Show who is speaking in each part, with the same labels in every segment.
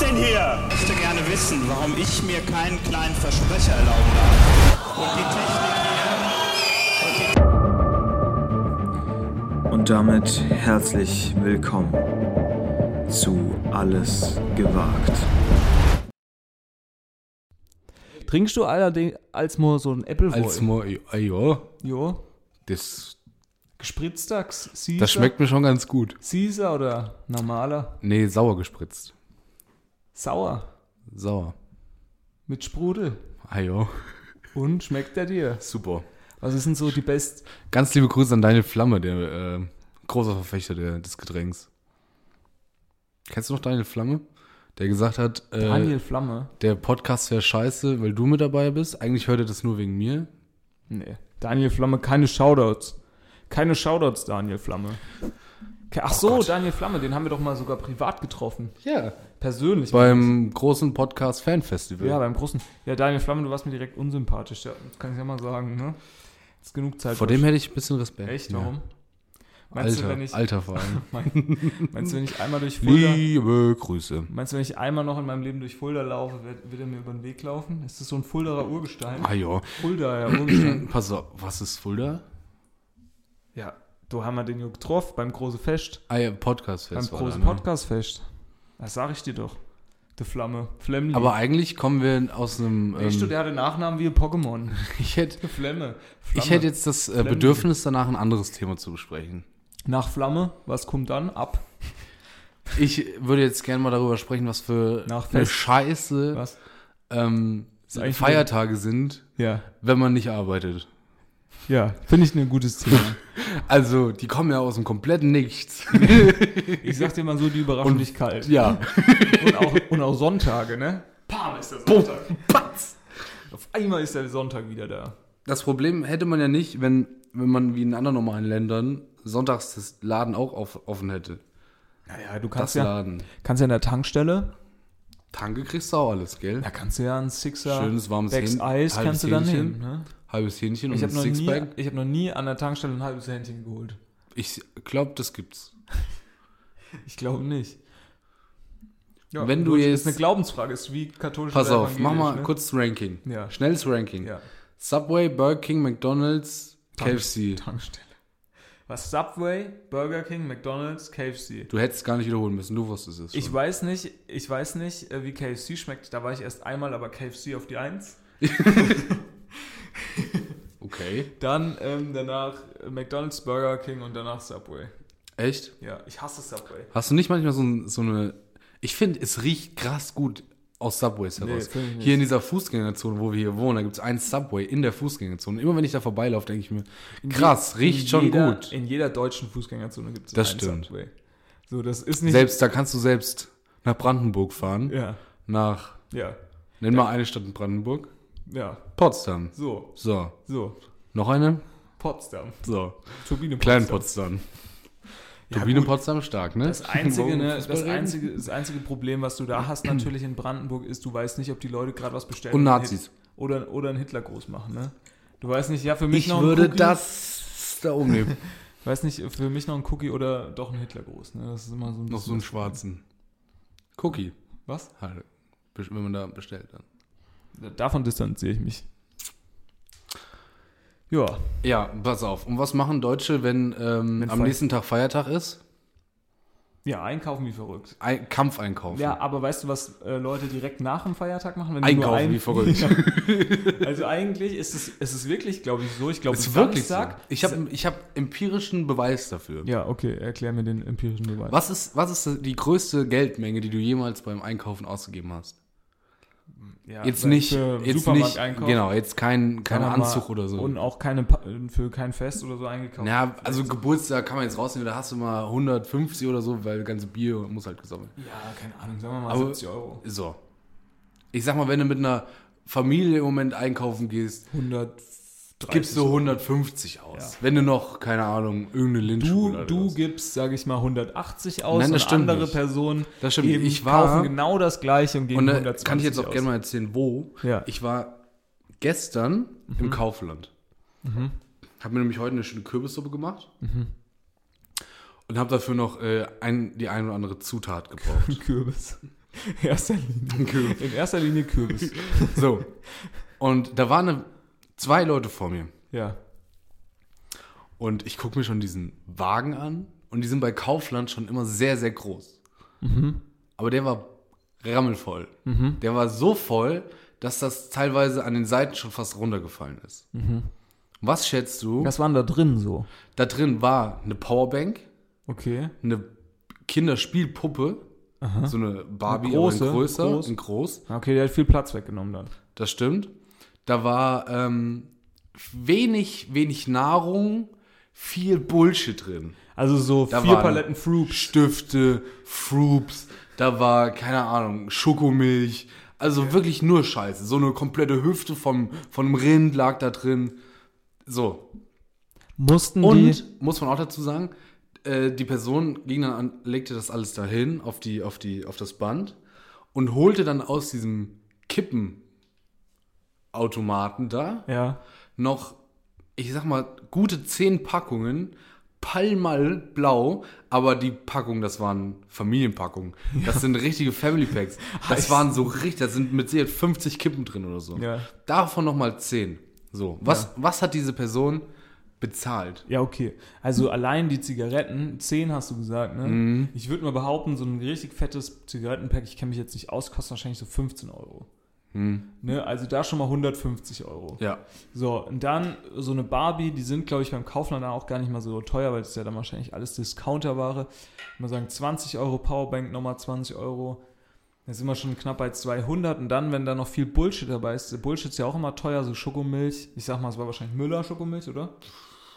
Speaker 1: denn hier? Ich möchte gerne wissen, warum ich mir keinen kleinen Versprecher erlauben darf. Und die Technik hier.
Speaker 2: Und damit herzlich willkommen zu Alles gewagt.
Speaker 3: Trinkst du allerdings als mal so ein Apple
Speaker 4: Als mal, ah ja,
Speaker 3: Jo.
Speaker 4: das,
Speaker 3: Gespritzter X- Caesar?
Speaker 4: das schmeckt mir schon ganz gut.
Speaker 3: Caesar oder normaler?
Speaker 4: Nee, sauer gespritzt.
Speaker 3: Sauer.
Speaker 4: Sauer.
Speaker 3: Mit Sprudel.
Speaker 4: Ah ja,
Speaker 3: Und schmeckt der dir?
Speaker 4: super.
Speaker 3: Was ist denn so die best.
Speaker 4: Ganz liebe Grüße an deine Flamme, der äh, großer Verfechter der, des Getränks. Kennst du noch Daniel Flamme? Der gesagt hat, äh,
Speaker 3: Daniel Flamme?
Speaker 4: der Podcast wäre scheiße, weil du mit dabei bist. Eigentlich hört er das nur wegen mir.
Speaker 3: Nee. Daniel Flamme, keine Shoutouts. Keine Shoutouts, Daniel Flamme. Ke-
Speaker 4: Oh
Speaker 3: Ach so, Daniel Flamme, den haben wir doch mal sogar privat getroffen.
Speaker 4: Ja.
Speaker 3: Persönlich.
Speaker 4: Beim großen Podcast Fanfestival.
Speaker 3: ja, beim großen. Ja, Daniel Flamme, du warst mir direkt unsympathisch. Ja, das kann ich ja mal sagen, ne? Ist genug Zeit.
Speaker 4: Vor dem hätte ich ein bisschen Respekt.
Speaker 3: Echt?
Speaker 4: Ja.
Speaker 3: Warum? Meinst du,
Speaker 4: Alter,
Speaker 3: wenn ich.
Speaker 4: Alter vor allem.
Speaker 3: Mein, meinst du, wenn ich einmal durch Fulda.
Speaker 4: liebe Grüße.
Speaker 3: Meinst du, wenn ich einmal noch in meinem Leben durch Fulda laufe, wird, wird er mir über den Weg laufen? Ist das so ein Fuldaer Urgestein?
Speaker 4: Ah ja.
Speaker 3: Fuldaer Urgestein.
Speaker 4: Pass auf, was ist Fulda?
Speaker 3: ja, du haben wir den Juck getroffen beim großen Fest.
Speaker 4: Ah ja, Podcast-Fest.
Speaker 3: beim
Speaker 4: war da,
Speaker 3: großen
Speaker 4: ne?
Speaker 3: Podcastfest. Das sag ich dir doch. De Flamme. Flemmli.
Speaker 4: Aber eigentlich kommen wir aus einem.
Speaker 3: ich
Speaker 4: ähm,
Speaker 3: studiere den Nachnamen wie ein Pokémon.
Speaker 4: ich, hätte,
Speaker 3: De Flemme. Flamme.
Speaker 4: ich hätte jetzt das äh,
Speaker 3: Flamme.
Speaker 4: Bedürfnis danach, ein anderes Thema zu besprechen.
Speaker 3: Nach Flamme, was kommt dann? Ab.
Speaker 4: Ich würde jetzt gerne mal darüber sprechen, was für
Speaker 3: Nach
Speaker 4: eine
Speaker 3: Fest.
Speaker 4: Scheiße
Speaker 3: Was?
Speaker 4: ähm,
Speaker 3: eigentlich
Speaker 4: Feiertage sind,
Speaker 3: Ja.
Speaker 4: wenn man nicht arbeitet.
Speaker 3: Ja, finde ich ein gutes Thema.
Speaker 4: Also, die kommen ja aus dem kompletten Nichts.
Speaker 3: Ich sag dir mal so, die überraschen dich kalt.
Speaker 4: ja.
Speaker 3: Und auch, und auch Sonntage, ne? Pam ist der Sonntag. Patz. Auf einmal ist der Sonntag wieder da.
Speaker 4: Das Problem hätte man ja nicht, wenn, wenn man wie in anderen normalen Ländern sonntags das Laden auch auf, offen hätte.
Speaker 3: Naja, du
Speaker 4: Das
Speaker 3: kannst ja,
Speaker 4: Laden.
Speaker 3: kannst ja in der Tankstelle,
Speaker 4: Tanke kriegst du auch alles, gell?
Speaker 3: da kannst du ja einen Sixer,
Speaker 4: Schönes warmes
Speaker 3: Becks
Speaker 4: Hähn-
Speaker 3: Eis
Speaker 4: halbes
Speaker 3: kannst du dann
Speaker 4: Hähnchen.
Speaker 3: nehmen. Ne?
Speaker 4: Halbes Hähnchen
Speaker 3: Ich
Speaker 4: und
Speaker 3: habe
Speaker 4: ein
Speaker 3: noch, nie-
Speaker 4: Sixpack.
Speaker 3: ich hab noch nie an der Tankstelle ein halbes Händchen geholt.
Speaker 4: Ich glaube, das gibt's.
Speaker 3: Ich glaube nicht. Ja,
Speaker 4: Wenn du
Speaker 3: gut,
Speaker 4: jetzt-
Speaker 3: ist eine Glaubensfrage, ist wie katholisch
Speaker 4: Pass
Speaker 3: oder
Speaker 4: auf, mach
Speaker 3: evangelisch,
Speaker 4: mal
Speaker 3: ne?
Speaker 4: kurz ein Ranking.
Speaker 3: Ja.
Speaker 4: Schnelles Ranking.
Speaker 3: Ja.
Speaker 4: Subway, Burger King, McDonalds,
Speaker 3: Tank-
Speaker 4: KFC.
Speaker 3: Tankstelle. Was Subway, Burger King, McDonald's, KFC.
Speaker 4: Du hättest gar nicht wiederholen müssen, du wusstest es.
Speaker 3: Ich
Speaker 4: schon.
Speaker 3: weiß nicht, ich weiß nicht, äh, wie KFC schmeckt. Da war ich erst einmal, aber KFC auf die Eins.
Speaker 4: okay.
Speaker 3: Dann ähm, danach äh, McDonald's, Burger King und danach Subway.
Speaker 4: Echt?
Speaker 3: Ja, ich hasse Subway.
Speaker 4: Hast du nicht manchmal so, ein- so eine. Ich finde, es riecht krass gut aus Subways heraus.
Speaker 3: find ich nicht.
Speaker 4: hier in dieser Fußgängerzone, wo wir hier wohnen, da gibt es einen Subway in der Fußgängerzone. Immer wenn ich da vorbeilaufe, denke ich mir, krass, riecht
Speaker 3: In
Speaker 4: schon
Speaker 3: jeder,
Speaker 4: gut.
Speaker 3: In jeder deutschen Fußgängerzone gibt es
Speaker 4: Das stimmt.
Speaker 3: Subway. So, das ist nicht.
Speaker 4: Selbst, da kannst du selbst nach Brandenburg fahren.
Speaker 3: Ja,
Speaker 4: Nach,
Speaker 3: ja,
Speaker 4: nenn mal eine Stadt in Brandenburg.
Speaker 3: ja.
Speaker 4: Potsdam.
Speaker 3: So,
Speaker 4: So.
Speaker 3: so.
Speaker 4: Noch eine?
Speaker 3: Potsdam.
Speaker 4: So.
Speaker 3: Turbine
Speaker 4: Klein
Speaker 3: Potsdam.
Speaker 4: Potsdam.
Speaker 3: Ja,
Speaker 4: Turbine
Speaker 3: gut.
Speaker 4: Potsdam stark, ne?
Speaker 3: Das einzige,
Speaker 4: Wollen wir
Speaker 3: ne,
Speaker 4: Fußball
Speaker 3: das,
Speaker 4: reden?
Speaker 3: einzige, das einzige Problem, was du da hast natürlich in Brandenburg, ist, du weißt nicht, ob die Leute gerade was bestellen.
Speaker 4: Und
Speaker 3: oder einen
Speaker 4: Nazis.
Speaker 3: Hit- Oder, oder einen Hitler groß machen, ne? Du weißt nicht, ja, für mich
Speaker 4: Ich
Speaker 3: noch ein
Speaker 4: würde
Speaker 3: Cookie,
Speaker 4: das da oben nehmen.
Speaker 3: Weiß nicht, für mich noch ein Cookie oder doch ein Hitler groß, ne? Das ist immer so ein
Speaker 4: Noch so einen schwarzen. Cookie.
Speaker 3: Was?
Speaker 4: Halt. Best- Wenn man da bestellt dann.
Speaker 3: Davon distanziere ich mich. Ja,
Speaker 4: Ja, pass auf. Und was machen Deutsche, wenn, ähm,
Speaker 3: Wenn
Speaker 4: am
Speaker 3: Feier-
Speaker 4: nächsten Tag Feiertag ist?
Speaker 3: ja, einkaufen wie verrückt.
Speaker 4: Ein Kampf einkaufen.
Speaker 3: Ja, aber weißt du, was äh, Leute direkt nach dem Feiertag machen? Wenn die nur
Speaker 4: Einkaufen
Speaker 3: ein-
Speaker 4: wie verrückt.
Speaker 3: Also eigentlich ist es, es ist wirklich, glaube ich, so. Ich glaube,
Speaker 4: Das
Speaker 3: am
Speaker 4: ist wirklich so.
Speaker 3: Samstag-
Speaker 4: Ich habe ich hab empirischen Beweis dafür.
Speaker 3: Ja, okay, erklär mir den empirischen Beweis.
Speaker 4: Was ist, was ist die größte Geldmenge, die du jemals beim Einkaufen ausgegeben hast?
Speaker 3: Ja,
Speaker 4: Jetzt
Speaker 3: weil
Speaker 4: nicht,
Speaker 3: für
Speaker 4: jetzt nicht,
Speaker 3: Supermarkteinkauf
Speaker 4: genau, jetzt kein,
Speaker 3: kann
Speaker 4: kein
Speaker 3: man mal-
Speaker 4: Anzug oder so.
Speaker 3: Und auch keine Pa- für kein Fest oder so eingekauft.
Speaker 4: Ja, also Geburtstag kann man jetzt rausnehmen, da hast du mal 150 oder so, weil das ganze Bier muss halt gesammelt.
Speaker 3: Ja, keine Ahnung, sagen wir mal
Speaker 4: Aber-
Speaker 3: 70 Euro.
Speaker 4: So. Ich sag mal, wenn du mit einer Familie im Moment einkaufen gehst,
Speaker 3: 100
Speaker 4: gibst du 150 aus. Wenn du noch, keine Ahnung, irgendeine
Speaker 3: Du,
Speaker 4: Lindschokolade
Speaker 3: du
Speaker 4: hast.
Speaker 3: gibst, sage ich mal, 180 aus
Speaker 4: Nein, das
Speaker 3: und
Speaker 4: stimmt
Speaker 3: andere
Speaker 4: nicht.
Speaker 3: Personen
Speaker 4: Das stimmt nicht. Ich war-
Speaker 3: kaufen genau das gleiche und geben
Speaker 4: Und da
Speaker 3: 120
Speaker 4: kann ich jetzt auch
Speaker 3: aus.
Speaker 4: gerne mal erzählen, wo.
Speaker 3: Ja. Mhm.
Speaker 4: Ich war gestern im Kaufland. Habe mir nämlich heute eine schöne Kürbissuppe gemacht.
Speaker 3: Mhm.
Speaker 4: Und habe dafür noch äh, ein, die ein oder andere Zutat gebraucht.
Speaker 3: Kürbis. In erster Linie, in erster Linie Kürbis.
Speaker 4: So. Und da waren eine, zwei Leute vor mir.
Speaker 3: Ja.
Speaker 4: Und ich gucke mir schon diesen Wagen an. Und die sind bei Kaufland schon immer sehr, sehr groß. Aber der war rammelvoll. Der war so voll, dass das teilweise an den Seiten schon fast runtergefallen ist. Was schätzt du?
Speaker 3: Was waren da drin so?
Speaker 4: Da drin war eine Powerbank,
Speaker 3: Okay.
Speaker 4: eine Kinderspielpuppe, so eine Barbie,
Speaker 3: Eine große,
Speaker 4: aber in größer
Speaker 3: groß.
Speaker 4: und groß.
Speaker 3: Okay, der hat viel Platz weggenommen dann.
Speaker 4: Das stimmt. Da war ähm, wenig, wenig Nahrung, viel Bullshit drin.
Speaker 3: Also so
Speaker 4: Da
Speaker 3: vier
Speaker 4: waren
Speaker 3: Paletten Fruit.
Speaker 4: Stifte, Froops, da war, keine Ahnung, Schokomilch. Also wirklich nur Scheiße. So eine komplette Hüfte vom, von einem Rind lag da drin. So,
Speaker 3: Mussten
Speaker 4: und muss man auch dazu sagen, äh, die Person ging dann an, legte das alles dahin auf die auf die auf das Band und holte dann aus diesem Kippenautomaten da
Speaker 3: Ja.
Speaker 4: noch ich sag mal gute zehn Packungen Palmal blau, aber die Packungen, das waren Familienpackungen. Das sind richtige Family Packs. Das waren so richtig, da sind mit Sicherheit 50 Kippen drin oder so.
Speaker 3: Ja.
Speaker 4: Davon nochmal 10. So, was, was hat diese Person bezahlt?
Speaker 3: Ja, okay. Also allein die Zigaretten, 10 hast du gesagt, ne? Ich würde mal behaupten, so ein richtig fettes Zigarettenpack, ich kenne mich jetzt nicht aus, kostet wahrscheinlich so 15 Euro. Ne? Also da schon mal 150 Euro.
Speaker 4: Ja.
Speaker 3: So, und dann so eine Barbie, die sind, glaube ich, beim Kaufland auch gar nicht mal so teuer, weil es ja dann wahrscheinlich alles Discounterware. Ich würde mal sagen, 20 Euro Powerbank, nochmal 20 Euro. Da sind wir schon knapp bei 200. Und dann, wenn da noch viel Bullshit dabei ist, Bullshit ist ja auch immer teuer, so Schokomilch. Ich sag mal, es war wahrscheinlich Müller-Schokomilch, oder?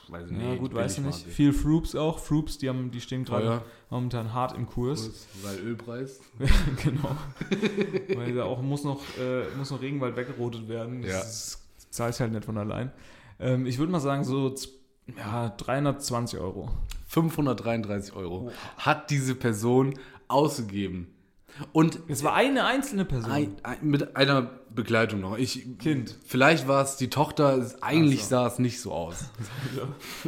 Speaker 4: Weiß
Speaker 3: ja, gut, weiß ich nicht. Viel Froops auch. Froops, die, haben, die stehen gerade
Speaker 4: Teuer.
Speaker 3: momentan hart im Kurs.
Speaker 4: Weil Ölpreis.
Speaker 3: genau. Weil da auch muss noch, äh, muss noch Regenwald weggerodet werden. Das
Speaker 4: Ja.
Speaker 3: ist- das zahlt halt nicht von allein. Ähm, ich würde mal sagen, so z- ja, 320 Euro.
Speaker 4: 533 Euro hat diese Person ausgegeben. Und
Speaker 3: Es war eine einzelne Person.
Speaker 4: ein, ein, mit einer Begleitung noch. Ich,
Speaker 3: Kind.
Speaker 4: Vielleicht war es die Tochter, es- eigentlich
Speaker 3: Ach so.
Speaker 4: sah es nicht so aus.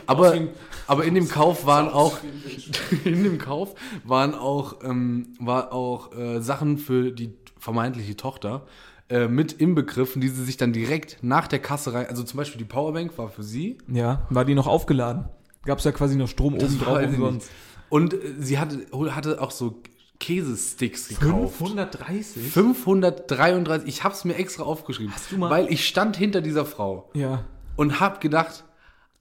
Speaker 4: aber,
Speaker 3: Deswegen-
Speaker 4: aber in dem Kauf waren auch in dem Kauf waren auch, ähm, war auch äh, Sachen für die vermeintliche Tochter äh, mit inbegriffen, die sie sich dann direkt nach der Kasse rein. Also zum Beispiel die Powerbank war für sie.
Speaker 3: Ja, war die noch aufgeladen? Gab es ja quasi noch Strom oben drauf
Speaker 4: weiß ich
Speaker 3: umsonst.
Speaker 4: nicht. Und äh, sie hatte, hatte auch so Käsesticks gekauft.
Speaker 3: 530?
Speaker 4: 533. Ich hab's mir extra aufgeschrieben,
Speaker 3: Hast du mal-
Speaker 4: weil ich stand hinter dieser Frau
Speaker 3: Ja.
Speaker 4: und hab gedacht,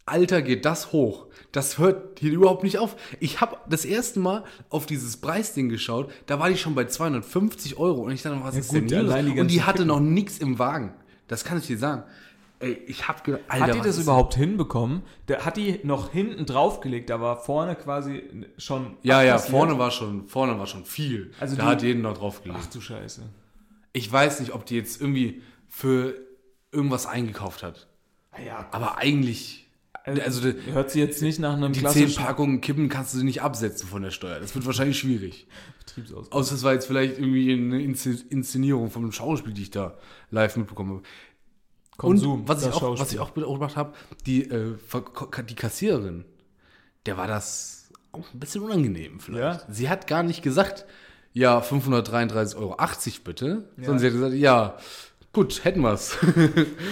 Speaker 4: Alter, geht das hoch. Das hört hier überhaupt nicht auf. Ich hab das erste Mal auf dieses Preisding geschaut, da war die schon bei 250 Euro und ich dachte, was
Speaker 3: Ja
Speaker 4: ist
Speaker 3: gut,
Speaker 4: denn hier? los?
Speaker 3: allein die
Speaker 4: und die
Speaker 3: ganzen
Speaker 4: hatte noch nichts im Wagen. Das kann ich dir sagen. Ey, ich hab gedacht, Alter,
Speaker 3: Hat die
Speaker 4: was
Speaker 3: das
Speaker 4: ist-
Speaker 3: überhaupt hinbekommen? Der, hat die noch hinten draufgelegt, da war vorne quasi schon.
Speaker 4: Ja, ja,
Speaker 3: abkassiert?
Speaker 4: vorne war schon, vorne war schon viel.
Speaker 3: Also
Speaker 4: da
Speaker 3: die-
Speaker 4: hat jeden noch drauf gelegt.
Speaker 3: Ach du Scheiße.
Speaker 4: Ich weiß nicht, ob die jetzt irgendwie für irgendwas eingekauft hat.
Speaker 3: Ja,
Speaker 4: Aber eigentlich, also die,
Speaker 3: hört sie jetzt nicht nach einem
Speaker 4: die zehn
Speaker 3: klassischen
Speaker 4: Packungen Kippen kannst du nicht absetzen von der Steuer. Das wird wahrscheinlich schwierig.
Speaker 3: Betriebsausgabe.
Speaker 4: Außer es war jetzt vielleicht irgendwie eine Inszen- Inszenierung von einem Schauspiel, die ich da live mitbekommen habe. Und was ich,
Speaker 3: das
Speaker 4: auch, was
Speaker 3: Schauspiel.
Speaker 4: ich auch beobachtet habe, die, äh, Verko- die Kassiererin, der war das auch ein bisschen unangenehm vielleicht.
Speaker 3: Ja?
Speaker 4: Sie hat gar nicht gesagt, ja, 533,80 Euro bitte, sondern sie hat gesagt, ja, gut, hätten wir's.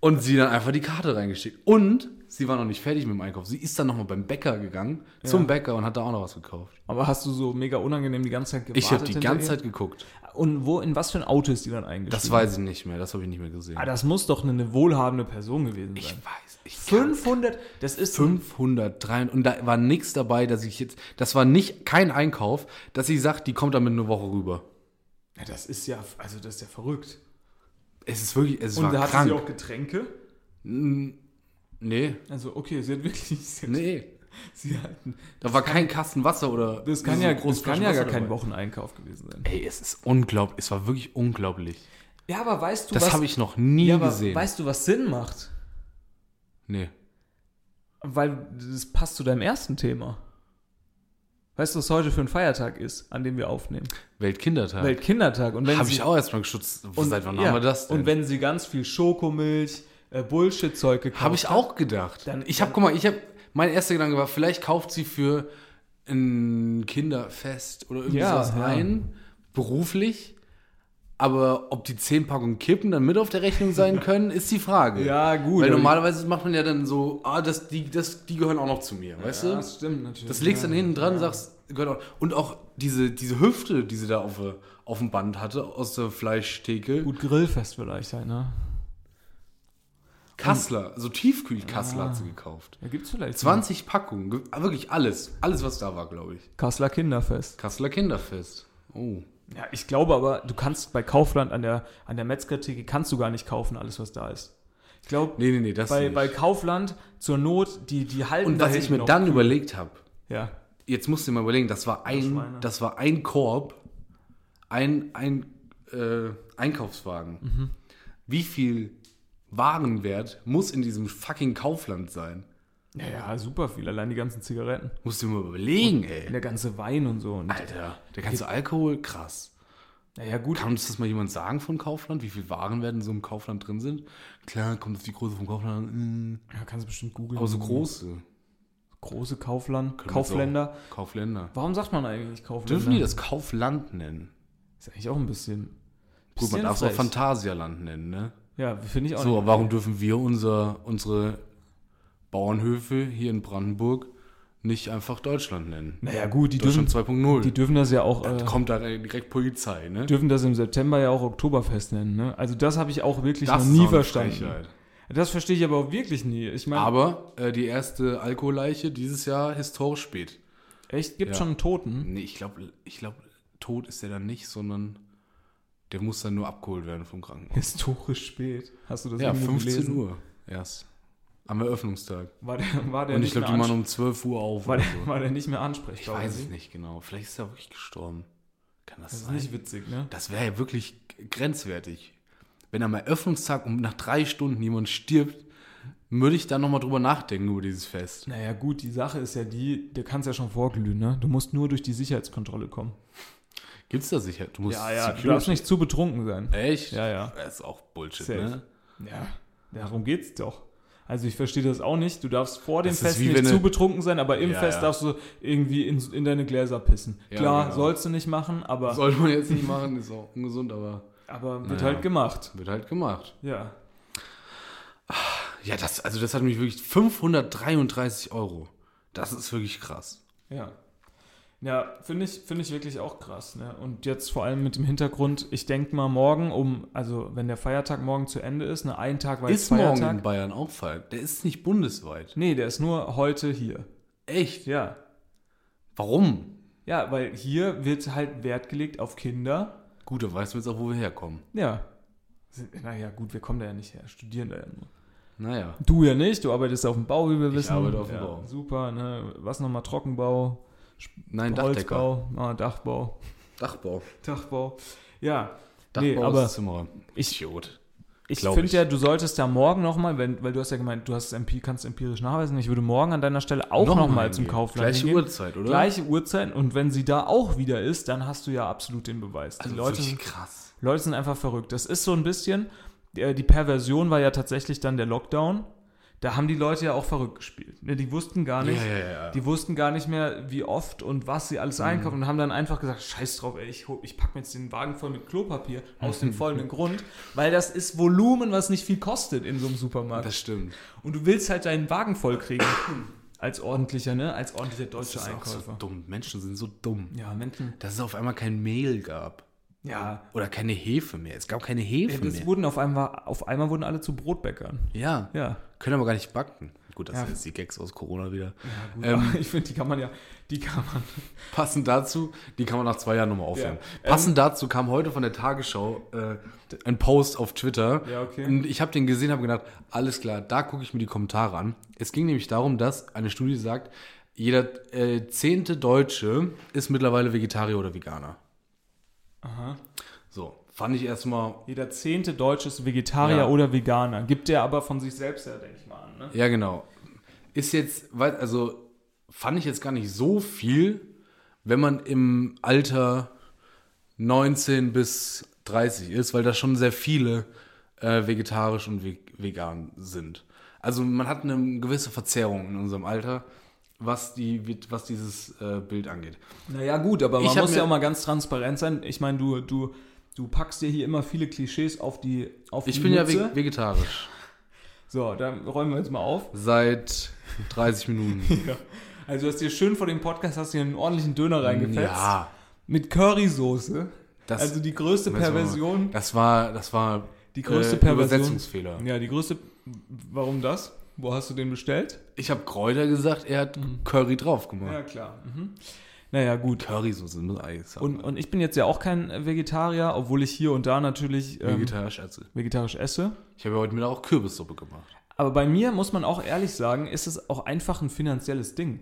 Speaker 4: Und sie dann einfach die Karte reingeschickt. Und sie war noch nicht fertig mit dem Einkauf. Sie ist dann nochmal beim Bäcker gegangen, zum Bäcker und hat da auch noch was gekauft.
Speaker 3: Aber hast du so mega unangenehm die ganze Zeit gewartet?
Speaker 4: Ich habe die
Speaker 3: hinter
Speaker 4: ganze
Speaker 3: ihr?
Speaker 4: Zeit geguckt.
Speaker 3: Und wo, in was für ein Auto ist die dann eigentlich?
Speaker 4: Das weiß ich nicht mehr, das habe ich nicht mehr gesehen.
Speaker 3: Ah, das muss doch eine, eine wohlhabende Person gewesen sein.
Speaker 4: weiß, ich
Speaker 3: 500, das ist.
Speaker 4: 503 und da war nichts dabei, dass ich jetzt, das war nicht kein Einkauf, dass ich sage, die kommt damit eine Woche rüber.
Speaker 3: Ja, das ist ja, also das ist ja verrückt.
Speaker 4: Es ist wirklich, es
Speaker 3: Und da
Speaker 4: war
Speaker 3: hatte sie auch
Speaker 4: krank.
Speaker 3: Getränke.
Speaker 4: Nee,
Speaker 3: Also, okay, sie hat wirklich. Sie hat,
Speaker 4: nee,
Speaker 3: sie hat,
Speaker 4: da war kein Kasten Wasser oder
Speaker 3: das kann
Speaker 4: so
Speaker 3: ja,
Speaker 4: eine große
Speaker 3: das kann
Speaker 4: Flasche
Speaker 3: ja
Speaker 4: Wasser
Speaker 3: gar kein
Speaker 4: dabei.
Speaker 3: Wocheneinkauf gewesen sein.
Speaker 4: Ey, es ist unglaublich, es war wirklich unglaublich.
Speaker 3: Ja, aber weißt du,
Speaker 4: Das habe ich noch nie
Speaker 3: ja, aber
Speaker 4: gesehen.
Speaker 3: Weißt du, was Sinn macht?
Speaker 4: nee.
Speaker 3: Weil das passt zu deinem ersten Thema. Weißt du, was heute für ein Feiertag ist, an dem wir aufnehmen?
Speaker 4: Weltkindertag.
Speaker 3: Weltkindertag. Und wenn
Speaker 4: habe
Speaker 3: sie-
Speaker 4: ich auch erstmal geschützt.
Speaker 3: und,
Speaker 4: Seit wann
Speaker 3: ja,
Speaker 4: haben wir das denn?
Speaker 3: Und wenn sie ganz viel Schokomilch, äh, Bullshit-Zeug gekauft
Speaker 4: Habe ich auch gedacht.
Speaker 3: Dann-
Speaker 4: ich habe, guck mal, ich habe, mein erster Gedanke war, vielleicht kauft sie für ein Kinderfest oder irgendwie
Speaker 3: Ja,
Speaker 4: sowas
Speaker 3: ja.
Speaker 4: ein, beruflich. Aber ob die 10 Packungen Kippen dann mit auf der Rechnung sein können, ist die Frage.
Speaker 3: Ja, gut,
Speaker 4: Weil
Speaker 3: aber-
Speaker 4: normalerweise macht man ja dann so, ah, das, die, das, die gehören auch noch zu mir, weißt du?
Speaker 3: das stimmt natürlich.
Speaker 4: Das legst
Speaker 3: ja.
Speaker 4: dann hinten dran und sagst, gehört auch. Und auch diese, diese Hüfte, die sie da auf, der- auf dem Band hatte, aus der Fleischtheke.
Speaker 3: Gut grillfest vielleicht halt, ne?
Speaker 4: Kassler, so Tiefkühl-Kassler hat sie
Speaker 3: Ah.
Speaker 4: gekauft.
Speaker 3: Da gibt's vielleicht
Speaker 4: 20 Packungen, ge- ah, wirklich alles. Alles, was da war, glaube ich.
Speaker 3: ein Kasseler Kinderfest.
Speaker 4: Kasseler Kinderfest. Oh.
Speaker 3: Ja, ich glaube aber, du kannst bei Kaufland an der, an der Metzgertheke kannst du gar nicht kaufen, alles was da ist. Ich glaube,
Speaker 4: Nee, nee, nee, das
Speaker 3: bei,
Speaker 4: nicht.
Speaker 3: bei Kaufland zur Not, die, die halten
Speaker 4: und was ich mir
Speaker 3: noch.
Speaker 4: dann überlegt habe,
Speaker 3: Ja.
Speaker 4: jetzt musst du dir mal überlegen, das war ein,
Speaker 3: Schweine.
Speaker 4: das war ein Korb, ein, ein äh, Einkaufswagen.
Speaker 3: Mhm.
Speaker 4: Wie viel Warenwert muss in diesem fucking Kaufland sein?
Speaker 3: ja, ja, super viel. Allein die ganzen Zigaretten.
Speaker 4: Musst du dir mal überlegen, ey.
Speaker 3: Der ganze Wein und so. Und,
Speaker 4: Alter, der ganze Alkohol, krass.
Speaker 3: naja, gut.
Speaker 4: Kann uns das mal jemand sagen von Kaufland, wie viel Warenwert in so einem Kaufland drin sind? Klar, kommt auf die Größe vom Kaufland an. äh,
Speaker 3: Ja, kannst du bestimmt googeln.
Speaker 4: Aber so große.
Speaker 3: Große Kaufland,
Speaker 4: Können
Speaker 3: Kaufländer.
Speaker 4: wir so- Kaufländer.
Speaker 3: Warum sagt man eigentlich Kaufländer?
Speaker 4: Dürfen die das Kaufland nennen?
Speaker 3: Ist eigentlich auch ein bisschen.
Speaker 4: Gut, man
Speaker 3: bisschen
Speaker 4: darf es auch
Speaker 3: frech.
Speaker 4: Phantasialand nennen, ne?
Speaker 3: Ja, finde ich auch
Speaker 4: So,
Speaker 3: nicht.
Speaker 4: aber warum dürfen wir unser, unsere Bauernhöfe hier in Brandenburg nicht einfach Deutschland nennen?
Speaker 3: Naja, gut, die dürfen,
Speaker 4: Deutschland 2.0.
Speaker 3: die dürfen das ja auch. Äh,
Speaker 4: Kommt da direkt Polizei, ne?
Speaker 3: dürfen das im September ja auch Oktoberfest nennen, ne? Also das habe ich auch wirklich noch
Speaker 4: Das ist auch
Speaker 3: nie
Speaker 4: eine
Speaker 3: verstanden.
Speaker 4: Frechheit.
Speaker 3: Das verstehe ich aber auch wirklich nie. Ich meine,
Speaker 4: Aber äh, die erste Alkoholleiche dieses Jahr historisch spät.
Speaker 3: echt, gibt
Speaker 4: Ja.
Speaker 3: schon einen Toten.
Speaker 4: Nee, ich glaube, ich glaub, tot ist der dann nicht, sondern der muss dann nur abgeholt werden vom Krankenhaus.
Speaker 3: Historisch spät. Hast du das
Speaker 4: Ja,
Speaker 3: irgendwo
Speaker 4: 15
Speaker 3: gelesen?
Speaker 4: Uhr erst. Am Eröffnungstag.
Speaker 3: War der, war der
Speaker 4: Und ich
Speaker 3: nicht
Speaker 4: glaube,
Speaker 3: mehr
Speaker 4: die machen
Speaker 3: ansp-
Speaker 4: um 12 Uhr auf.
Speaker 3: war
Speaker 4: oder
Speaker 3: der,
Speaker 4: so.
Speaker 3: war der nicht mehr ne?
Speaker 4: Ich
Speaker 3: ansprechbar?
Speaker 4: weiß es
Speaker 3: oder?
Speaker 4: nicht genau. Vielleicht ist er wirklich gestorben. Kann das,
Speaker 3: Das ist
Speaker 4: sein?
Speaker 3: nicht witzig, ne?
Speaker 4: das wäre ja wirklich grenzwertig. Wenn am Eröffnungstag um nach drei Stunden jemand stirbt, würde ich da nochmal drüber nachdenken über dieses Fest.
Speaker 3: Naja, gut, die Sache ist ja die, der kannst ja schon vorglühen, ne? Du musst nur durch die Sicherheitskontrolle kommen.
Speaker 4: Gibt's da sicher? Du musst
Speaker 3: Du darfst nicht zu betrunken sein.
Speaker 4: Echt?
Speaker 3: Ja, ja.
Speaker 4: Das ist auch Bullshit,
Speaker 3: Safe.
Speaker 4: ne?
Speaker 3: Ja, darum geht's doch. Also ich verstehe das auch nicht. Du darfst vor dem
Speaker 4: Das ist
Speaker 3: Fest
Speaker 4: wie
Speaker 3: nicht
Speaker 4: wenn
Speaker 3: zu
Speaker 4: du-
Speaker 3: betrunken sein, aber im
Speaker 4: Ja,
Speaker 3: Fest
Speaker 4: ja.
Speaker 3: darfst du irgendwie in, in deine Gläser pissen.
Speaker 4: Ja,
Speaker 3: Klar,
Speaker 4: genau.
Speaker 3: sollst du nicht machen, aber,
Speaker 4: Sollte man jetzt nicht machen, ist auch ungesund, aber
Speaker 3: aber wird
Speaker 4: Naja.
Speaker 3: halt gemacht.
Speaker 4: wird halt gemacht.
Speaker 3: Ja.
Speaker 4: Ja, das, also das hat mich wirklich 533 Euro. Das ist wirklich krass.
Speaker 3: Ja. Ja, finde ich, finde ich wirklich auch krass. Ne? Und jetzt vor allem mit dem Hintergrund, ich denke mal morgen um, also wenn der Feiertag morgen zu Ende ist, ne, einen Tag war jetzt
Speaker 4: ist morgen
Speaker 3: Feiertag.
Speaker 4: in Bayern auch Feiertag? Der ist nicht bundesweit.
Speaker 3: nee, der ist nur heute hier.
Speaker 4: Echt?
Speaker 3: Ja.
Speaker 4: Warum?
Speaker 3: Ja, weil hier wird halt Wert gelegt auf Kinder
Speaker 4: Gut, dann weißt du jetzt auch, wo wir herkommen.
Speaker 3: Ja. Naja, gut, wir kommen da ja nicht her, studieren da ja nur.
Speaker 4: Naja.
Speaker 3: Du ja nicht, du arbeitest auf dem Bau, wie wir wissen.
Speaker 4: arbeite auf dem
Speaker 3: ja,
Speaker 4: Bau.
Speaker 3: Super, ne? Was nochmal? Trockenbau,
Speaker 4: Nein, Dachdecker.
Speaker 3: Holzbau, ah, Dachbau,
Speaker 4: Dachbau.
Speaker 3: Dachbau. Ja,
Speaker 4: Dachbau
Speaker 3: nee, aber
Speaker 4: ist Zimmerer.
Speaker 3: ich-
Speaker 4: Idiot.
Speaker 3: ich
Speaker 4: glaub
Speaker 3: finde
Speaker 4: ich.
Speaker 3: ja, du solltest da morgen nochmal, weil du hast ja gemeint, du hast es empi kannst empirisch nachweisen, ich würde morgen an deiner Stelle auch nochmal
Speaker 4: Nochmal
Speaker 3: noch mal zum
Speaker 4: hingehen.
Speaker 3: Kaufland
Speaker 4: Gleiche
Speaker 3: hingehen.
Speaker 4: Uhrzeit, oder?
Speaker 3: Gleiche Uhrzeit und wenn sie da auch wieder ist, dann hast du ja absolut den Beweis. Die
Speaker 4: Also
Speaker 3: Leute
Speaker 4: wirklich
Speaker 3: sind
Speaker 4: krass.
Speaker 3: Leute sind einfach verrückt. Das ist so ein bisschen, äh, die Perversion war ja tatsächlich dann der Lockdown. Da haben die Leute ja auch verrückt gespielt. Ne, Die wussten gar nicht,
Speaker 4: Ja, ja, Mhm. ja.
Speaker 3: die wussten gar nicht mehr, wie oft und was sie alles einkaufen und haben dann einfach gesagt, scheiß drauf, ey, ich, hol- ich pack mir jetzt den Wagen voll mit Klopapier aus dem folgenden Grund, weil das ist Volumen, was nicht viel kostet in so einem Supermarkt.
Speaker 4: Das stimmt.
Speaker 3: Und du willst halt deinen Wagen voll kriegen. Als ordentlicher, ne? Als ordentlicher deutscher
Speaker 4: Das ist auch so
Speaker 3: Einkäufer.
Speaker 4: dumm. Menschen sind so dumm.
Speaker 3: ja, Menschen.
Speaker 4: Dass es auf einmal kein Mehl gab.
Speaker 3: Ja.
Speaker 4: Oder keine Hefe mehr. Es gab keine Hefe
Speaker 3: Das
Speaker 4: mehr.
Speaker 3: wurden auf einmal, auf einmal wurden alle zu Brotbäckern.
Speaker 4: Ja.
Speaker 3: Ja.
Speaker 4: Können aber gar nicht backen. Gut, das
Speaker 3: Ja.
Speaker 4: sind jetzt die Gags aus Corona wieder.
Speaker 3: Ähm,
Speaker 4: ähm,
Speaker 3: ich finde, die kann man ja, die kann man.
Speaker 4: passend dazu, die kann man nach zwei Jahren nochmal aufhören.
Speaker 3: Ja. Ähm,
Speaker 4: Passend dazu kam heute von der Tagesschau äh, ein Post auf Twitter.
Speaker 3: Ja, okay.
Speaker 4: Und ich habe den gesehen, habe gedacht, alles klar, da gucke ich mir die Kommentare an. Es ging nämlich darum, dass eine Studie sagt, jeder äh, zehnte Deutsche ist mittlerweile Vegetarier oder Veganer.
Speaker 3: Aha.
Speaker 4: So, fand ich erstmal
Speaker 3: Jeder zehnte Deutsche ist Vegetarier
Speaker 4: Ja.
Speaker 3: oder Veganer. Gibt der aber von sich selbst her, denke ich mal an. Ne?
Speaker 4: Ja, genau. Ist jetzt, weil- also fand ich jetzt gar nicht so viel, wenn man im Alter 19 bis 30 ist, weil da schon sehr viele äh, vegetarisch und ve vegan sind. Also man hat eine gewisse Verzerrung in unserem Alter, was, die, wird- was dieses äh, Bild angeht.
Speaker 3: Naja, gut, aber
Speaker 4: Ich
Speaker 3: man
Speaker 4: hab
Speaker 3: muss
Speaker 4: mir-
Speaker 3: ja auch mal ganz transparent sein. Ich meine, du, du, du packst dir hier immer viele Klischees auf die auf
Speaker 4: Ich
Speaker 3: die
Speaker 4: bin ja
Speaker 3: Mütze.
Speaker 4: ve- vegetarisch.
Speaker 3: So, dann räumen wir jetzt mal auf.
Speaker 4: Seit 30 Minuten.
Speaker 3: Also, du hast dir schön vor dem Podcast hast dir einen ordentlichen Döner reingefetzt.
Speaker 4: ja.
Speaker 3: Mit Currysoße.
Speaker 4: Das-
Speaker 3: also die größte
Speaker 4: Müssen wir mal-
Speaker 3: Perversion.
Speaker 4: Das war, das war
Speaker 3: Die größte
Speaker 4: äh,
Speaker 3: Perversion.
Speaker 4: Übersetzungsfehler.
Speaker 3: Ja, die größte. Warum das? Wo hast du den bestellt?
Speaker 4: Ich habe Kräuter gesagt, er hat
Speaker 3: Mhm.
Speaker 4: Curry drauf gemacht.
Speaker 3: Ja, klar. Mhm. Naja, gut.
Speaker 4: Currysoße mit Eis.
Speaker 3: Und, und ich bin jetzt ja auch kein äh, Vegetarier, obwohl ich hier und da natürlich ähm,
Speaker 4: vegetarisch. Also,
Speaker 3: vegetarisch esse.
Speaker 4: ich habe ja heute Mittag auch Kürbissuppe gemacht.
Speaker 3: Aber bei mir muss man auch ehrlich sagen, ist es auch einfach ein finanzielles Ding.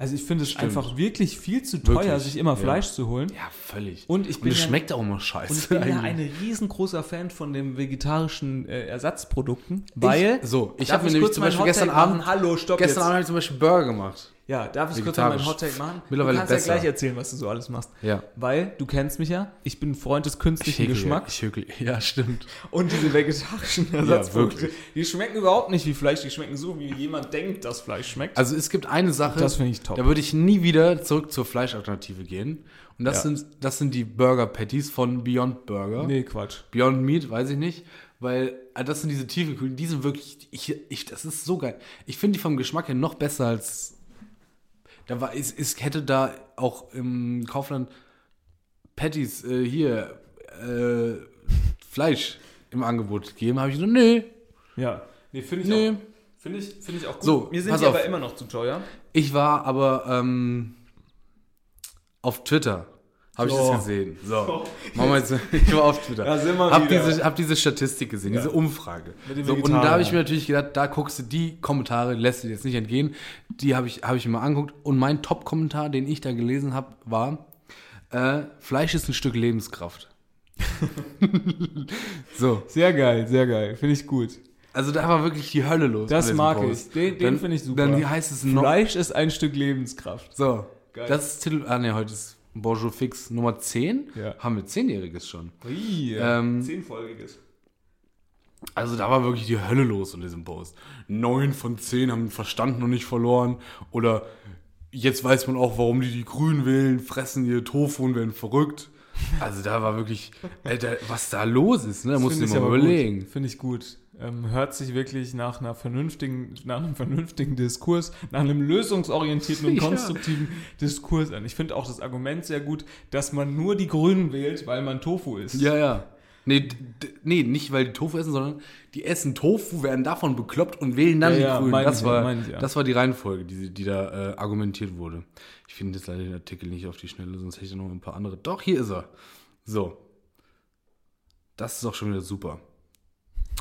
Speaker 3: Also ich finde es einfach wirklich viel zu teuer,
Speaker 4: Wirklich,
Speaker 3: sich immer
Speaker 4: ja.
Speaker 3: Fleisch zu holen.
Speaker 4: Ja, völlig.
Speaker 3: Und ich bin
Speaker 4: es
Speaker 3: ja-
Speaker 4: schmeckt auch immer
Speaker 3: Und ich
Speaker 4: scheiße.
Speaker 3: bin ja
Speaker 4: eigentlich.
Speaker 3: ein riesengroßer Fan von den vegetarischen äh, Ersatzprodukten, weil...
Speaker 4: so, ich
Speaker 3: Darf
Speaker 4: hab mir nämlich
Speaker 3: kurz
Speaker 4: zum
Speaker 3: meinen
Speaker 4: Beispiel
Speaker 3: Hot Take
Speaker 4: gestern
Speaker 3: machen?
Speaker 4: Abend-
Speaker 3: Hallo, stopp
Speaker 4: Gestern
Speaker 3: jetzt.
Speaker 4: Abend habe ich zum Beispiel Burger gemacht.
Speaker 3: Ja, darf ich kurz mal meinen Hot
Speaker 4: Vegetarisch.
Speaker 3: Take machen?
Speaker 4: Mittlerweile
Speaker 3: du kannst
Speaker 4: besser.
Speaker 3: ja gleich erzählen, was du so alles machst.
Speaker 4: Ja.
Speaker 3: Weil, du kennst mich ja, ich bin ein Freund des künstlichen
Speaker 4: häkel-
Speaker 3: Geschmacks.
Speaker 4: Ich hökel, ja, stimmt.
Speaker 3: Und diese vegetarischen Ersatzprodukte,
Speaker 4: wirklich.
Speaker 3: die schmecken überhaupt nicht wie Fleisch, die schmecken so, wie jemand denkt, dass Fleisch schmeckt.
Speaker 4: Also es gibt eine Sache,
Speaker 3: Das finde ich top.
Speaker 4: da würde ich nie wieder zurück zur Fleischalternative gehen. Und das,
Speaker 3: Ja.
Speaker 4: sind, das sind die Burger-Patties von Beyond Burger.
Speaker 3: nee, Quatsch.
Speaker 4: Beyond Meat, weiß ich nicht. Weil ah, das sind diese Tiefkühlen, die sind wirklich, ich, ich, das ist so geil. Ich finde die vom Geschmack her noch besser als, da war, es, es hätte da auch im Kaufland Patties, äh, hier, äh, Fleisch im Angebot gegeben. Habe ich gesagt, nee,
Speaker 3: Ja. Nee, finde ich,
Speaker 4: Nee.
Speaker 3: auch- find ich, find ich auch gut.
Speaker 4: So,
Speaker 3: Mir sind
Speaker 4: pass
Speaker 3: die
Speaker 4: auf.
Speaker 3: aber immer noch zu teuer.
Speaker 4: Ich war aber ähm, auf Twitter. Habe ich
Speaker 3: So.
Speaker 4: das gesehen. So. Machen wir jetzt, ich war auf Twitter.
Speaker 3: Da sind wir
Speaker 4: hab,
Speaker 3: wieder.
Speaker 4: diese, hab diese Statistik gesehen, diese Umfrage.
Speaker 3: Mit den
Speaker 4: So, und da
Speaker 3: Vegetariern.
Speaker 4: habe ich mir natürlich gedacht, da guckst du die Kommentare, lässt du dir jetzt nicht entgehen. Die habe ich, hab ich mir mal angeguckt. Und mein Top-Kommentar, den ich da gelesen habe, war: äh, Fleisch ist ein Stück Lebenskraft. so.
Speaker 3: Sehr geil, sehr geil. Finde ich gut.
Speaker 4: Also da war wirklich die Hölle los.
Speaker 3: Das
Speaker 4: bei diesem
Speaker 3: mag
Speaker 4: Post.
Speaker 3: ich. Den- den
Speaker 4: Dann-
Speaker 3: finde ich super.
Speaker 4: Dann heißt es noch.
Speaker 3: Fleisch ist ein Stück Lebenskraft.
Speaker 4: So,
Speaker 3: Geil.
Speaker 4: das ist Titel. Ah, ne, heute ist Bonjour Fix Nummer 10.
Speaker 3: Ja.
Speaker 4: Haben wir Zehnjähriges schon.
Speaker 3: Ui,
Speaker 4: Ähm,
Speaker 3: zehnfolgiges.
Speaker 4: Also da war wirklich die Hölle los in diesem Post. Neun von zehn haben den Verstand noch nicht verloren. Oder jetzt weiß man auch, warum die die Grünen wählen, fressen ihr Tofu und werden verrückt. Also da war wirklich, Alter, was da los ist, ne? Da musst du dir mal überlegen.
Speaker 3: Finde ich gut. Ähm, hört sich wirklich nach, einer vernünftigen, nach einem vernünftigen Diskurs, nach einem lösungsorientierten und
Speaker 4: Ja.
Speaker 3: konstruktiven Diskurs an. Ich finde auch das Argument sehr gut, dass man nur die Grünen wählt, weil man Tofu isst.
Speaker 4: Ja, ja. Nee, d- d- nee, nicht weil die Tofu essen, sondern die essen Tofu, werden davon bekloppt und wählen dann
Speaker 3: Ja,
Speaker 4: die
Speaker 3: ja,
Speaker 4: Grünen.
Speaker 3: meine
Speaker 4: Das,
Speaker 3: ich ja,
Speaker 4: war,
Speaker 3: meine ich ja.
Speaker 4: das war die Reihenfolge, die, die da äh, argumentiert wurde. Ich finde jetzt leider den Artikel nicht auf die Schnelle, sonst hätte ich noch ein paar andere. Doch, hier ist er. So. Das ist auch schon wieder super.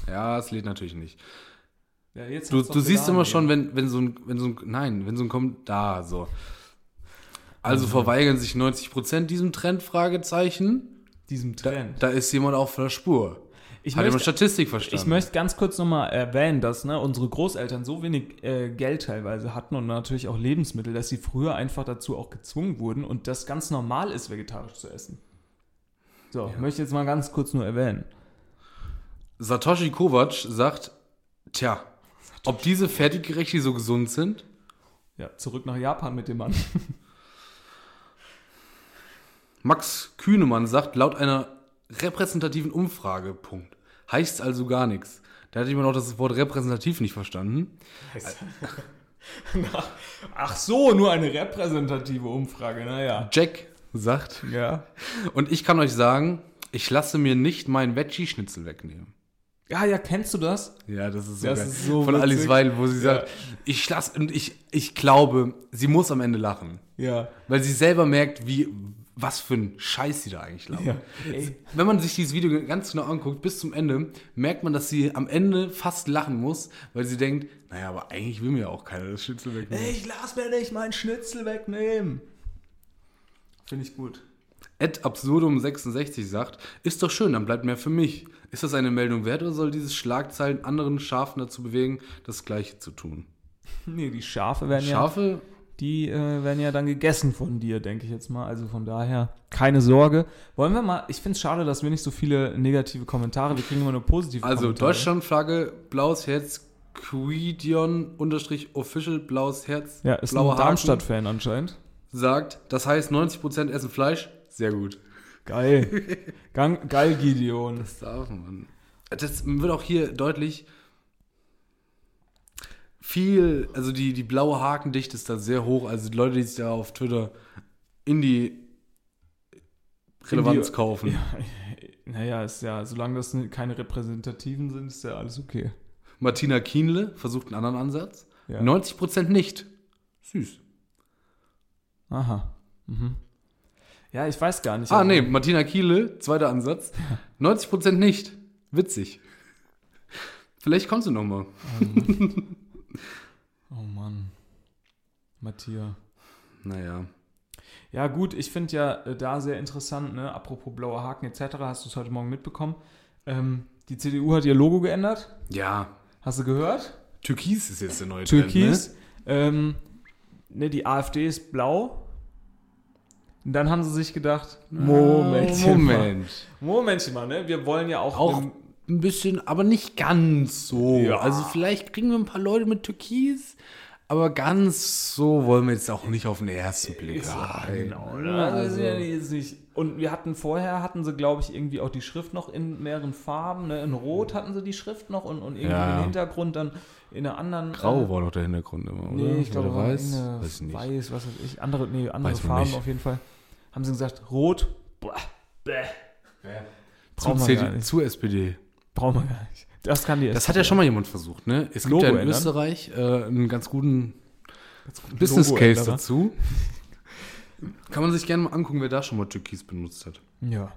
Speaker 4: Ja, es lädt natürlich nicht.
Speaker 3: Ja, jetzt
Speaker 4: Du,
Speaker 3: hat's doch
Speaker 4: du siehst
Speaker 3: Bedarf,
Speaker 4: immer
Speaker 3: ey.
Speaker 4: schon, wenn, wenn so ein, wenn so ein, nein, wenn so ein kommt, da, so. Also verweigern sich 90% diesem Trend, Fragezeichen.
Speaker 3: Diesem
Speaker 4: Da,
Speaker 3: Trend.
Speaker 4: da ist jemand auf der Spur.
Speaker 3: ich
Speaker 4: Hat
Speaker 3: möchte,
Speaker 4: jemand Statistik verstanden?
Speaker 3: ich möchte ganz kurz nochmal erwähnen, dass ne, unsere Großeltern so wenig äh, Geld teilweise hatten und natürlich auch Lebensmittel, dass sie früher einfach dazu auch gezwungen wurden und das ganz normal ist, vegetarisch zu essen. So, möchte jetzt mal ganz kurz nur erwähnen.
Speaker 4: Satoshi Kovac sagt, tja, ob diese Fertiggerichte so gesund sind?
Speaker 3: Ja, zurück nach Japan mit dem Mann.
Speaker 4: Max Kühnemann sagt, laut einer repräsentativen Umfrage, Punkt, heißt also gar nichts. Da hat jemand auch das Wort repräsentativ nicht verstanden.
Speaker 3: Ach so, nur eine repräsentative Umfrage, naja.
Speaker 4: Jack sagt,
Speaker 3: Ja.
Speaker 4: und ich kann euch sagen, ich lasse mir nicht meinen Veggie-Schnitzel wegnehmen.
Speaker 3: Ja, ja, kennst du das?
Speaker 4: Ja, das ist so,
Speaker 3: Das
Speaker 4: geil.
Speaker 3: ist so
Speaker 4: Von
Speaker 3: witzig.
Speaker 4: Alice Weidel, wo sie
Speaker 3: Ja.
Speaker 4: sagt, ich lasse, und ich, ich glaube, sie muss am Ende lachen.
Speaker 3: Ja.
Speaker 4: Weil sie selber merkt, wie, was für ein Scheiß sie da eigentlich labert.
Speaker 3: Ja. Ey.
Speaker 4: Wenn man sich dieses Video ganz genau anguckt, bis zum Ende, merkt man, dass sie am Ende fast lachen muss, weil sie denkt, naja, aber eigentlich will mir ja auch keiner das Schnitzel wegnehmen.
Speaker 3: Ich lass mir nicht meinen Schnitzel wegnehmen. Finde ich gut.
Speaker 4: Ed Absurdum66 sagt, ist doch schön, dann bleibt mehr für mich. Ist das eine Meldung wert oder soll dieses Schlagzeilen anderen Schafen dazu bewegen, das Gleiche zu tun?
Speaker 3: Nee, die Schafe werden ja.
Speaker 4: Schafe?
Speaker 3: Die äh, werden ja dann gegessen von dir, denke ich jetzt mal. Also von daher keine Sorge. Wollen wir mal, ich finde es schade, dass wir nicht so viele negative Kommentare, wir kriegen immer nur positive
Speaker 4: Also
Speaker 3: Kommentare.
Speaker 4: Deutschlandflagge, blaues Herz, Quidion-Official, blaues Herz,
Speaker 3: Ja, ist
Speaker 4: blauer
Speaker 3: ein
Speaker 4: Haken,
Speaker 3: Darmstadt-Fan anscheinend.
Speaker 4: sagt, das heißt 90% essen Fleisch. Sehr gut.
Speaker 3: Geil. Gang, geil, Gideon.
Speaker 4: Das darf man. Das wird auch hier deutlich viel, also die, die blaue Hakendichte ist da sehr hoch. Also die Leute, die sich da auf Twitter in die Relevanz
Speaker 3: In die-
Speaker 4: kaufen.
Speaker 3: Naja, ist ja, solange das keine repräsentativen sind, ist ja alles okay.
Speaker 4: Martina Kienle versucht einen anderen Ansatz.
Speaker 3: Ja.
Speaker 4: 90% nicht. Süß.
Speaker 3: Aha. Mhm. Ja, ich weiß gar nicht.
Speaker 4: Ah,
Speaker 3: aber-
Speaker 4: nee, Martina Kienle, zweiter Ansatz. 90% nicht. Witzig. Vielleicht kommst du nochmal.
Speaker 3: Oh Mann. Matthias.
Speaker 4: Naja.
Speaker 3: Ja, gut, ich finde ja äh, da sehr interessant, ne? apropos blauer Haken etc., hast du es heute Morgen mitbekommen. Ähm, die CDU hat ihr Logo geändert.
Speaker 4: Ja.
Speaker 3: Hast du gehört?
Speaker 4: Türkis ist jetzt der neue ne? Äh,
Speaker 3: Türkis. Ähm, ne, die AfD ist blau. Und dann haben sie sich gedacht,
Speaker 4: Ah, Moment. Ähm,
Speaker 3: Momentchen mal. Momentchen mal, ne? Wir wollen ja auch,
Speaker 4: Auch
Speaker 3: im-
Speaker 4: ein bisschen, aber nicht ganz so.
Speaker 3: Ja.
Speaker 4: Also vielleicht kriegen wir ein paar Leute mit Türkis, aber ganz so wollen wir jetzt auch nicht auf den ersten Blick sein.
Speaker 3: Genau, ne? also, das ist ja nicht. Und wir hatten vorher, hatten sie, glaube ich, irgendwie auch die Schrift noch in mehreren Farben. Ne? In Rot hatten sie die Schrift noch und, und irgendwie
Speaker 4: Ja, ja.
Speaker 3: im Hintergrund dann in einer anderen. äh,
Speaker 4: Grau war doch der Hintergrund immer, oder?
Speaker 3: Nee, ich glaube,
Speaker 4: Oder
Speaker 3: weiß,
Speaker 4: weiß,
Speaker 3: weiß,
Speaker 4: weiß ich nicht.
Speaker 3: weiß, was weiß ich. Andere, nee, andere
Speaker 4: Weiß man
Speaker 3: Farben
Speaker 4: nicht.
Speaker 3: auf jeden Fall. Haben sie gesagt, Rot, bäh, bäh.
Speaker 4: Zu,
Speaker 3: Brauchen wir gar
Speaker 4: CD,
Speaker 3: nicht.
Speaker 4: zu SPD.
Speaker 3: Brauchen wir gar nicht. Das kann die
Speaker 4: Das hat ja schon mal jemand versucht, ne? Es gibt
Speaker 3: Logo
Speaker 4: ja in
Speaker 3: ändern.
Speaker 4: Österreich äh, einen ganz guten Business Case dazu. Kann man sich gerne mal angucken, wer da schon mal Türkis benutzt hat.
Speaker 3: Ja.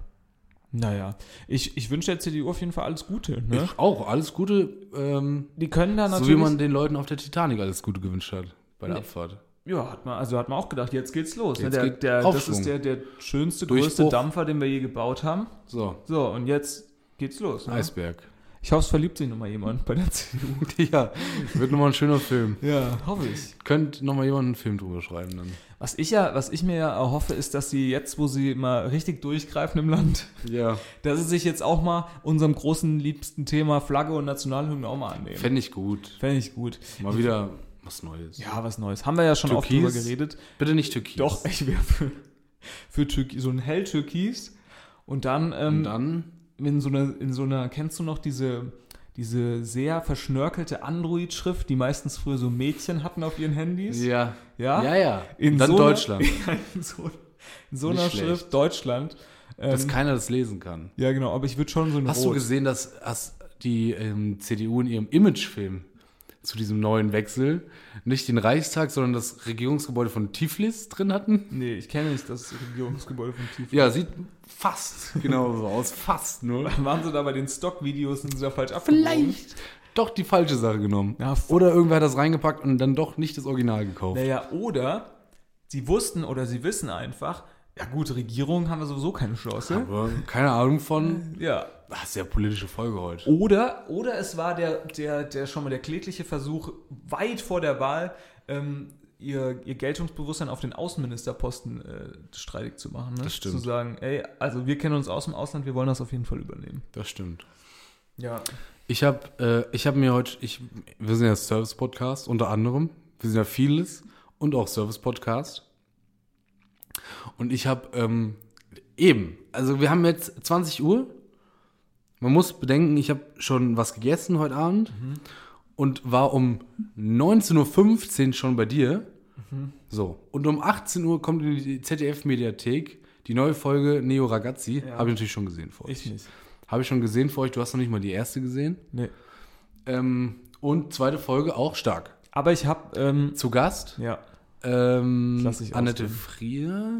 Speaker 3: Naja. Ich, ich wünsche der CDU auf jeden Fall alles Gute. Ne?
Speaker 4: Ich auch, alles Gute. Ähm,
Speaker 3: Die können da
Speaker 4: so
Speaker 3: natürlich.
Speaker 4: wie man den Leuten auf der Titanic alles Gute gewünscht hat bei der
Speaker 3: Nee.
Speaker 4: Abfahrt.
Speaker 3: Ja, hat man, also hat man auch gedacht, jetzt geht's los. ne?
Speaker 4: Jetzt
Speaker 3: der,
Speaker 4: geht
Speaker 3: der, das
Speaker 4: Aufschwung.
Speaker 3: ist der, der schönste, größte
Speaker 4: Durchbruch.
Speaker 3: Dampfer, den wir je gebaut haben.
Speaker 4: So,
Speaker 3: So, und jetzt geht's los. Ne?
Speaker 4: Eisberg.
Speaker 3: Ich hoffe, es verliebt sich nochmal jemand bei der CDU.
Speaker 4: ja, wird nochmal ein schöner Film.
Speaker 3: Ja, hoffe ich.
Speaker 4: Könnt nochmal jemand einen Film drüber schreiben dann.
Speaker 3: Was ich ja, was ich mir ja erhoffe, ist, dass sie jetzt, wo sie mal richtig durchgreifen im Land,
Speaker 4: Ja.
Speaker 3: dass sie sich jetzt auch mal unserem großen liebsten Thema Flagge und Nationalhymne auch mal annehmen.
Speaker 4: Fände ich gut.
Speaker 3: Fände ich gut.
Speaker 4: Mal wieder was Neues.
Speaker 3: Ja, was Neues. Haben wir ja schon
Speaker 4: Türkis?
Speaker 3: oft drüber geredet.
Speaker 4: Bitte nicht Türkis.
Speaker 3: Doch, ich wäre für, für Türki, so ein hell Türkis. Und dann, ähm,
Speaker 4: Und dann?
Speaker 3: in so einer, in so einer, kennst du noch diese, diese sehr verschnörkelte Android-Schrift, die meistens früher so Mädchen hatten auf ihren Handys?
Speaker 4: Ja.
Speaker 3: Ja?
Speaker 4: Ja, ja.
Speaker 3: In
Speaker 4: dann
Speaker 3: so einer-
Speaker 4: Deutschland.
Speaker 3: Ja, in so, in so
Speaker 4: Nicht
Speaker 3: einer
Speaker 4: schlecht.
Speaker 3: Schrift Deutschland. Ähm,
Speaker 4: Dass keiner das lesen kann.
Speaker 3: ja, genau, aber ich würde schon so ein
Speaker 4: Hast du
Speaker 3: Rot.
Speaker 4: gesehen, dass, dass die ähm, CDU in ihrem Imagefilm zu diesem neuen Wechsel nicht den Reichstag, sondern das Regierungsgebäude von Tiflis drin hatten?
Speaker 3: Nee, ich kenne nicht das Regierungsgebäude von Tief.
Speaker 4: Ja, sieht fast genauso aus. Fast nur.
Speaker 3: Waren sie da bei den Stock-Videos und sind da falsch abgebogen?
Speaker 4: Vielleicht doch die falsche Sache genommen.
Speaker 3: Ja, f-
Speaker 4: Oder irgendwer hat das reingepackt und dann doch nicht das Original gekauft.
Speaker 3: Naja, oder sie wussten oder sie wissen einfach, ja gut, Regierung haben wir sowieso keine Chance.
Speaker 4: Aber keine Ahnung von.
Speaker 3: Ja,
Speaker 4: Das ist ja politische Folge
Speaker 3: Oh.
Speaker 4: heute.
Speaker 3: Oder, oder es war der, der, der schon mal der klägliche Versuch, weit vor der Wahl ähm, ihr, ihr Geltungsbewusstsein auf den Außenministerposten äh, streitig zu machen. Ne?
Speaker 4: Das stimmt.
Speaker 3: Zu sagen, ey, also wir kennen uns aus dem Ausland, wir wollen das auf jeden Fall übernehmen.
Speaker 4: Das stimmt.
Speaker 3: Ja.
Speaker 4: Ich habe äh, ich hab mir heute, ich, wir sind ja Service-Podcast unter anderem. Wir sind ja vieles und auch Service-Podcast. Und ich habe ähm, eben, also wir haben jetzt 20 Uhr. Man muss bedenken, ich habe schon was gegessen heute Abend
Speaker 3: Mhm.
Speaker 4: und war um 19.15 Uhr schon bei dir.
Speaker 3: Mhm.
Speaker 4: So, und um 18 Uhr kommt in die ZDF-Mediathek die neue Folge Neo Ragazzi.
Speaker 3: Ja.
Speaker 4: Habe ich natürlich schon gesehen vor euch.
Speaker 3: Ich nicht.
Speaker 4: Habe ich schon gesehen vor euch. Du hast noch nicht mal die erste gesehen.
Speaker 3: Nee.
Speaker 4: Ähm, und zweite Folge auch stark.
Speaker 3: Aber ich habe, ähm,
Speaker 4: Zu Gast
Speaker 3: ja.
Speaker 4: ähm,
Speaker 3: Lass ich
Speaker 4: Annette
Speaker 3: ausreden.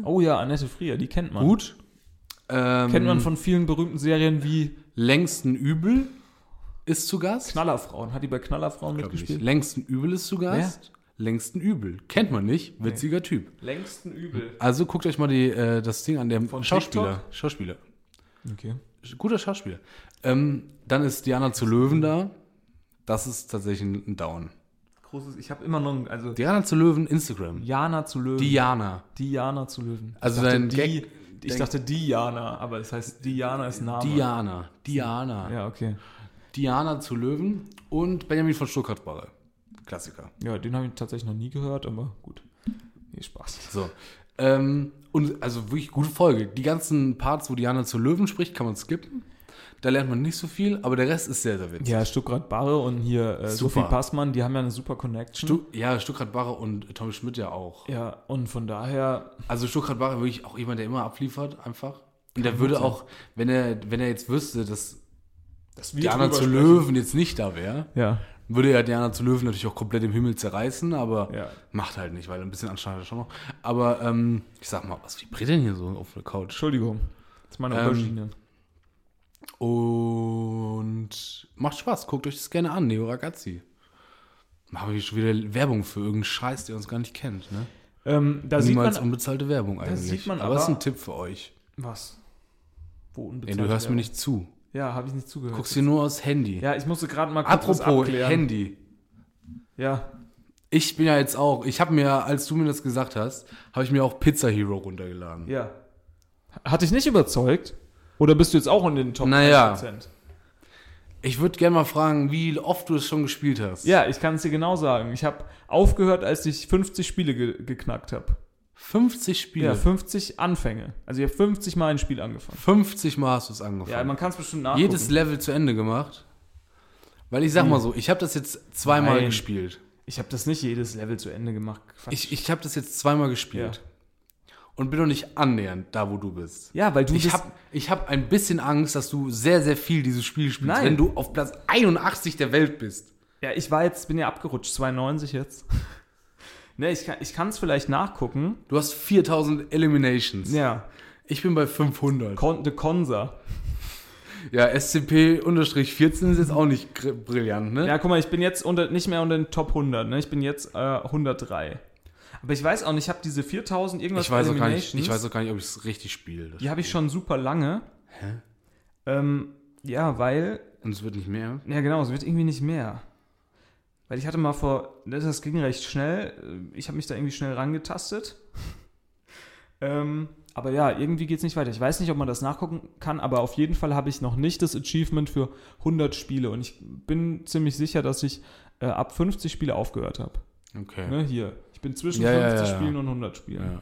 Speaker 4: Frier.
Speaker 3: Oh ja, Annette Frier, die kennt man.
Speaker 4: Gut. Ähm,
Speaker 3: Kennt man von vielen berühmten Serien wie
Speaker 4: Längsten Übel ist zu Gast.
Speaker 3: Knallerfrauen. Hat die bei Knallerfrauen
Speaker 4: Glaub nicht.
Speaker 3: mitgespielt?
Speaker 4: Längsten Übel ist zu Gast. Längsten Übel. Kennt man nicht. Witziger Typ.
Speaker 3: Längsten Übel.
Speaker 4: Also guckt euch mal die, äh, das Ding an. Der
Speaker 3: Von
Speaker 4: Schauspieler. Schauspieler.
Speaker 3: Okay.
Speaker 4: Guter Schauspieler. Ähm, dann ist Diana zu Löwen da. Das ist tatsächlich ein Down.
Speaker 3: Großes, ich habe immer noch, also
Speaker 4: Diana zu Löwen, Instagram.
Speaker 3: Jana zu Löwen.
Speaker 4: Diana.
Speaker 3: Diana zu Löwen. ich
Speaker 4: Also
Speaker 3: dachte,
Speaker 4: dein
Speaker 3: die,
Speaker 4: Gag-
Speaker 3: Ich dachte Diana, aber es heißt Diana ist Name.
Speaker 4: Diana. Diana.
Speaker 3: Ja, okay.
Speaker 4: Diana zu Löwen und Benjamin von Stuttgart-Barre. Klassiker.
Speaker 3: Ja, den habe ich tatsächlich noch nie gehört, aber gut. Nee, Spaß.
Speaker 4: So. Ähm, und also wirklich gute Folge. Die ganzen Parts, wo Diana zu Löwen spricht, kann man skippen. Da lernt man nicht so viel, aber der Rest ist sehr, sehr witzig.
Speaker 3: Ja, Stuttgart Barre und hier äh,
Speaker 4: Super.
Speaker 3: Sophie Passmann, die haben ja eine super Connection.
Speaker 4: Stu ja, Stuttgart-Barre und Tommy Schmidt ja auch.
Speaker 3: ja, und von daher,
Speaker 4: Also Stuttgart-Barre wirklich auch jemand, der immer abliefert, einfach. Und der würde auch, wenn er, wenn er jetzt wüsste, dass
Speaker 3: dass wir
Speaker 4: Diana
Speaker 3: drüber
Speaker 4: zu
Speaker 3: sprechen.
Speaker 4: Löwen jetzt nicht da wäre,
Speaker 3: Ja,
Speaker 4: würde ja Diana zu Löwen natürlich auch komplett im Himmel zerreißen, aber
Speaker 3: Ja.
Speaker 4: macht halt nicht, weil ein bisschen Anstand hat er schon noch. Aber ähm, ich sag mal, was vibriert denn hier so auf der Couch?
Speaker 3: Entschuldigung. Das ist meine
Speaker 4: Ähm,
Speaker 3: Aubergine.
Speaker 4: Und macht Spaß, guckt euch das gerne an, Neo Ragazzi. Machen wir schon wieder Werbung für irgendeinen Scheiß, der uns gar nicht kennt, ne?
Speaker 3: Ähm, da sieht
Speaker 4: Niemals
Speaker 3: man...
Speaker 4: unbezahlte Werbung eigentlich.
Speaker 3: sieht man
Speaker 4: aber es ist
Speaker 3: aber-
Speaker 4: ein Tipp für euch.
Speaker 3: was? Wo
Speaker 4: Ey,
Speaker 3: unbezahlt
Speaker 4: du hörst
Speaker 3: Werbung?
Speaker 4: mir nicht zu.
Speaker 3: Ja, habe ich nicht zugehört.
Speaker 4: Guckst dir nur aufs Handy.
Speaker 3: ja, ich musste gerade mal kurz was
Speaker 4: Apropos
Speaker 3: abklären.
Speaker 4: Handy.
Speaker 3: Ja,
Speaker 4: Ich bin ja jetzt auch, ich habe mir, als du mir das gesagt hast, habe ich mir auch Pizza Hero runtergeladen.
Speaker 3: ja. Hat dich nicht überzeugt? Oder bist du jetzt auch in den Top
Speaker 4: Naja.
Speaker 3: 1%?
Speaker 4: Ich würde gerne mal fragen, wie oft du es schon gespielt hast.
Speaker 3: Ja, ich kann es dir genau sagen. Ich habe aufgehört, als ich 50 Spiele ge geknackt habe.
Speaker 4: 50 Spiele.
Speaker 3: Ja, 50 Anfänge. Also ich habe 50 Mal ein Spiel angefangen.
Speaker 4: 50 Mal hast du es angefangen.
Speaker 3: Ja, man kann es bestimmt nachgucken.
Speaker 4: Jedes Level zu Ende gemacht. Weil ich sag mal so, ich habe das jetzt zweimal
Speaker 3: Nein.
Speaker 4: gespielt.
Speaker 3: ich habe das nicht jedes Level zu Ende gemacht. Quatsch.
Speaker 4: Ich, ich habe das jetzt zweimal gespielt.
Speaker 3: Ja.
Speaker 4: Und bin noch nicht annähernd da, wo du bist.
Speaker 3: ja, weil du
Speaker 4: Ich
Speaker 3: das-
Speaker 4: habe ich hab ein bisschen Angst, dass du sehr, sehr viel dieses Spiel spielst,
Speaker 3: Nein.
Speaker 4: wenn du auf Platz 81 der Welt bist.
Speaker 3: Ja, ich war jetzt, bin ja abgerutscht, 92 jetzt. ne, ich kann es vielleicht nachgucken.
Speaker 4: Du hast 4000 Eliminations.
Speaker 3: Ja.
Speaker 4: Ich bin bei 500.
Speaker 3: Kon de Konsa.
Speaker 4: Ja, SCP-14 ist jetzt auch nicht gr- brillant, ne?
Speaker 3: Ja, guck mal, ich bin jetzt unter, nicht mehr unter den Top 100. Ne? Ich bin jetzt äh, 103. Aber ich weiß auch nicht, ich habe diese 4000 irgendwas
Speaker 4: ich weiß auch gar nicht,
Speaker 3: Eliminations,
Speaker 4: ich weiß auch gar nicht, ob ich es richtig spiele.
Speaker 3: Die habe ich schon super lange. Hä? Ähm, ja, weil
Speaker 4: Und es wird nicht mehr.
Speaker 3: Ja, genau, es wird irgendwie nicht mehr. Weil ich hatte mal vor, das das ging recht schnell, Äh, ich habe mich da irgendwie schnell rangetastet. ähm, aber ja, irgendwie geht es nicht weiter. Ich weiß nicht, ob man das nachgucken kann, aber auf jeden Fall habe ich noch nicht das Achievement für 100 Spiele und ich bin ziemlich sicher, dass ich äh, ab 50 Spiele aufgehört habe.
Speaker 4: Okay.
Speaker 3: Ne, hier. Ich bin zwischen
Speaker 4: Ja, ja,
Speaker 3: 50
Speaker 4: ja, ja.
Speaker 3: Spielen und 100 Spielen.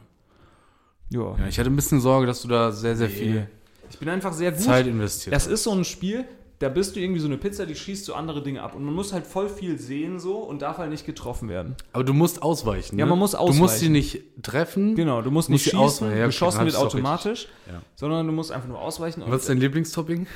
Speaker 4: Ja.
Speaker 3: Ja.
Speaker 4: ja, ich hatte ein bisschen Sorge, dass du da sehr, sehr viel
Speaker 3: Ich bin einfach sehr gut.
Speaker 4: Zeit investiert
Speaker 3: Das
Speaker 4: hast.
Speaker 3: ist so ein Spiel, da bist du irgendwie so eine Pizza, die schießt so andere Dinge ab. Und man muss halt voll viel sehen so und darf halt nicht getroffen werden.
Speaker 4: Aber du musst ausweichen.
Speaker 3: Ja,
Speaker 4: ne?
Speaker 3: man muss
Speaker 4: Du musst
Speaker 3: ausweichen.
Speaker 4: sie nicht treffen.
Speaker 3: Genau, du musst
Speaker 4: Muss
Speaker 3: nicht
Speaker 4: die
Speaker 3: schießen,
Speaker 4: ausweichen, ja, okay,
Speaker 3: geschossen
Speaker 4: dann
Speaker 3: wird
Speaker 4: hab ich's doch
Speaker 3: automatisch,
Speaker 4: Ja.
Speaker 3: sondern du musst einfach nur ausweichen. Und
Speaker 4: Was ist dein Lieblingstopping?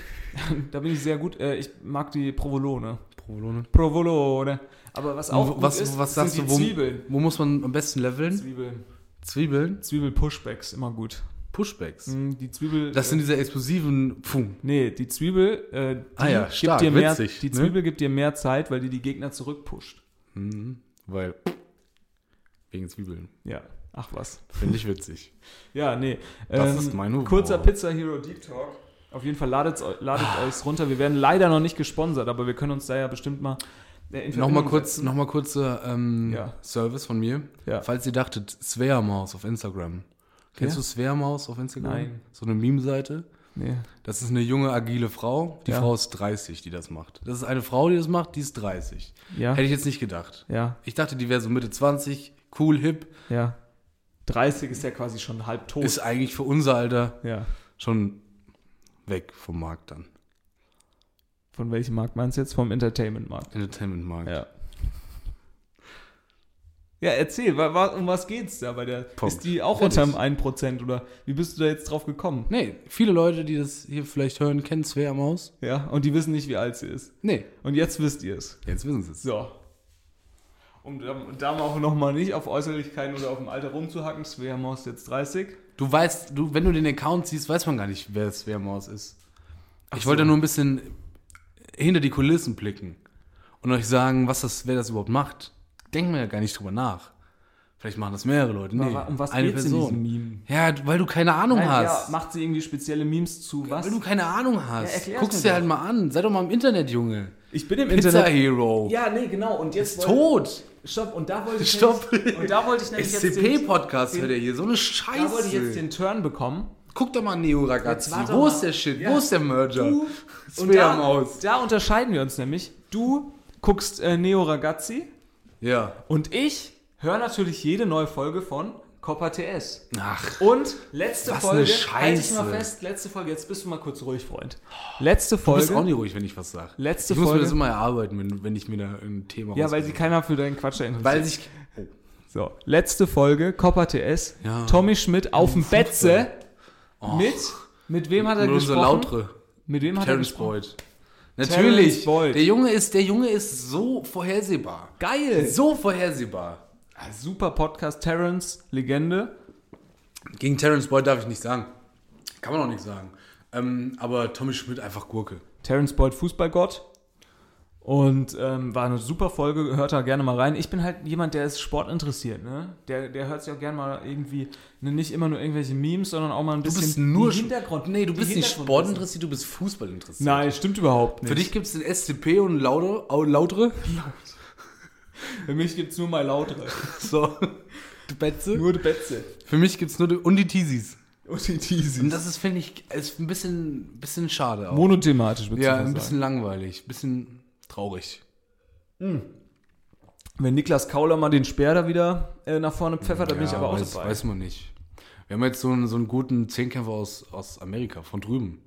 Speaker 3: da bin ich sehr gut. Äh, ich mag die Provolone.
Speaker 4: Provolone.
Speaker 3: Provolone. Aber was auch gut
Speaker 4: was,
Speaker 3: ist,
Speaker 4: was sagst
Speaker 3: sind
Speaker 4: du, wo,
Speaker 3: die Zwiebeln.
Speaker 4: wo muss man am besten leveln?
Speaker 3: Zwiebeln.
Speaker 4: Zwiebeln?
Speaker 3: Zwiebel-Pushbacks, immer gut.
Speaker 4: Pushbacks.
Speaker 3: Hm, Die Zwiebel...
Speaker 4: Das sind diese explosiven Pfum.
Speaker 3: Nee, die Zwiebel, äh, die,
Speaker 4: Ah ja, stark,
Speaker 3: gibt dir mehr,
Speaker 4: witzig,
Speaker 3: die
Speaker 4: ne?
Speaker 3: Zwiebel gibt dir mehr Zeit, weil die die Gegner zurückpusht.
Speaker 4: Weil. Wegen Zwiebeln.
Speaker 3: Ja, ach was.
Speaker 4: Finde ich witzig.
Speaker 3: Ja, nee. Ähm,
Speaker 4: Das ist mein Humor.
Speaker 3: Kurzer Pizza Hero Deep Talk. Auf jeden Fall ladet ladet
Speaker 4: Ah.
Speaker 3: euch runter. Wir werden leider noch nicht gesponsert, aber wir können uns da ja bestimmt mal äh, in
Speaker 4: Nochmal
Speaker 3: Verbindung
Speaker 4: kurz,
Speaker 3: setzen.
Speaker 4: noch mal kurzer ähm,
Speaker 3: Ja.
Speaker 4: Service von mir.
Speaker 3: Ja.
Speaker 4: Falls ihr dachtet, Svea Maus auf Instagram. Kennst
Speaker 3: Ja.
Speaker 4: du Svea Maus auf Instagram?
Speaker 3: Nein.
Speaker 4: So eine Meme-Seite.
Speaker 3: Nee.
Speaker 4: Das ist eine junge, agile Frau. Die
Speaker 3: Ja.
Speaker 4: Frau ist 30, die das macht. Das ist eine Frau, die das macht, die ist 30.
Speaker 3: Ja.
Speaker 4: Hätte ich jetzt nicht gedacht.
Speaker 3: Ja,
Speaker 4: Ich dachte, die wäre so Mitte 20, cool, hip.
Speaker 3: ja. 30 ist ja quasi schon halb tot.
Speaker 4: Ist eigentlich für unser Alter
Speaker 3: ja.
Speaker 4: schon weg vom Markt dann.
Speaker 3: Von welchem Markt meinst du jetzt? Vom Entertainment-Markt.
Speaker 4: Entertainment-Markt.
Speaker 3: Ja. Ja, erzähl, wa, wa, um was geht's da bei der?
Speaker 4: Punkt.
Speaker 3: Ist die auch
Speaker 4: Fertig.
Speaker 3: unterm 1% oder wie bist du da jetzt drauf gekommen?
Speaker 4: Nee, viele Leute, die das hier vielleicht hören, kennen Svea Maus.
Speaker 3: Ja, und die wissen nicht, wie alt sie ist.
Speaker 4: Nee,
Speaker 3: Und jetzt wisst ihr es.
Speaker 4: jetzt wissen sie es.
Speaker 3: So. Um da, da mal auch nochmal nicht auf Äußerlichkeiten oder auf dem Alter rumzuhacken, Svea Maus ist jetzt 30.
Speaker 4: Du weißt, du, wenn du den Account siehst, weiß man gar nicht, wer Svea Maus ist. ich wollte nur ein bisschen hinter die Kulissen blicken und euch sagen, was das, wer das überhaupt macht. Denken wir ja gar nicht drüber nach. Vielleicht machen das mehrere Leute. Nee,
Speaker 3: Aber um was
Speaker 4: eine
Speaker 3: geht's in
Speaker 4: Person.
Speaker 3: diesem Meme?
Speaker 4: Ja, d- weil du keine Ahnung
Speaker 3: Nein, ja,
Speaker 4: hast.
Speaker 3: macht sie irgendwie spezielle Memes zu was?
Speaker 4: weil du keine Ahnung hast.
Speaker 3: erklär's mir
Speaker 4: Guck's dir
Speaker 3: doch.
Speaker 4: halt mal an. Sei doch mal im Internet, Junge.
Speaker 3: Ich bin im
Speaker 4: Pizza Hero.
Speaker 3: Ja, nee, genau. Und jetzt
Speaker 4: Ist tot.
Speaker 3: Stopp. Und da wollte ich
Speaker 4: Stopp.
Speaker 3: Nämlich, und da wollte ich nämlich jetzt den,
Speaker 4: SCP-Podcast hört ihr hier. So eine Scheiße.
Speaker 3: da wollte ich jetzt den Turn bekommen.
Speaker 4: Guck doch mal, Neo Ragazzi.
Speaker 3: warte
Speaker 4: Wo
Speaker 3: mal.
Speaker 4: ist der Shit?
Speaker 3: Ja.
Speaker 4: Wo ist der Merger?
Speaker 3: Du- Und da,
Speaker 4: Speermaus.
Speaker 3: da unterscheiden wir uns nämlich. Du guckst äh, Neo Ragazzi
Speaker 4: Ja.
Speaker 3: und ich höre natürlich jede neue Folge von Copper TS.
Speaker 4: Ach.
Speaker 3: Und letzte
Speaker 4: Was
Speaker 3: Folge,
Speaker 4: eine Scheiße.
Speaker 3: halt dich mal fest, letzte Folge, jetzt bist du mal kurz ruhig, Freund. Letzte
Speaker 4: Du bist auch
Speaker 3: Folge,
Speaker 4: nicht ruhig, wenn ich was sage.
Speaker 3: Letzte
Speaker 4: ich muss
Speaker 3: Folge.
Speaker 4: mir das immer erarbeiten, wenn, wenn ich mir da ein Thema
Speaker 3: ja, weil
Speaker 4: rausgehe.
Speaker 3: sich keiner für deinen Quatsch da interessiert.
Speaker 4: Weil sich.
Speaker 3: So, letzte Folge, Copper TS,
Speaker 4: Ja.
Speaker 3: Tommy Schmidt auf dem Betze mit, mit wem hat er
Speaker 4: Mit unser
Speaker 3: gesprochen?
Speaker 4: Lautre.
Speaker 3: Mit wem hat er
Speaker 4: Terence
Speaker 3: gesprochen?
Speaker 4: Boyd. Natürlich.
Speaker 3: Terrence Boyd.
Speaker 4: Der Junge ist, der Junge ist so vorhersehbar.
Speaker 3: Geil!
Speaker 4: So vorhersehbar.
Speaker 3: Ah, Super Podcast, Terence, Legende.
Speaker 4: Gegen Terence Boyd darf ich nicht sagen. Kann man auch nicht sagen. Ähm, aber Tommy Schmidt einfach Gurke.
Speaker 3: Terence Boyd, Fußballgott. Und ähm, war eine super Folge, hört da gerne mal rein. Ich bin halt jemand, der ist Sport interessiert, ne? Der, der hört sich auch gerne mal irgendwie, ne, nicht immer nur irgendwelche Memes, sondern auch mal ein
Speaker 4: Du
Speaker 3: bisschen
Speaker 4: bist nur
Speaker 3: die Hintergrund.
Speaker 4: Nee, du
Speaker 3: die
Speaker 4: bist nicht
Speaker 3: Hintergrund-
Speaker 4: sportinteressiert, du bist Fußball interessiert.
Speaker 3: Nein, stimmt überhaupt nicht.
Speaker 4: Für dich gibt es den SCP und Lautre. Au, Lautre.
Speaker 3: Für mich gibt's nur mal lautere.
Speaker 4: So. Die Betze.
Speaker 3: nur die Betze.
Speaker 4: Für mich gibt es nur die, und die Teasies.
Speaker 3: Und die Teasy.
Speaker 4: Und das ist, finde ich, ist ein bisschen, bisschen schade auch.
Speaker 3: Monothematisch würde
Speaker 4: ja,
Speaker 3: ich
Speaker 4: ein
Speaker 3: sagen.
Speaker 4: bisschen langweilig, ein bisschen traurig.
Speaker 3: Wenn Niklas Kauler mal den Speer da wieder äh, nach vorne pfeffert, da bin ich aber auch
Speaker 4: weiß,
Speaker 3: dabei.
Speaker 4: weiß man nicht. Wir haben jetzt so einen, so einen guten Zehnkämpfer aus, aus Amerika, von drüben.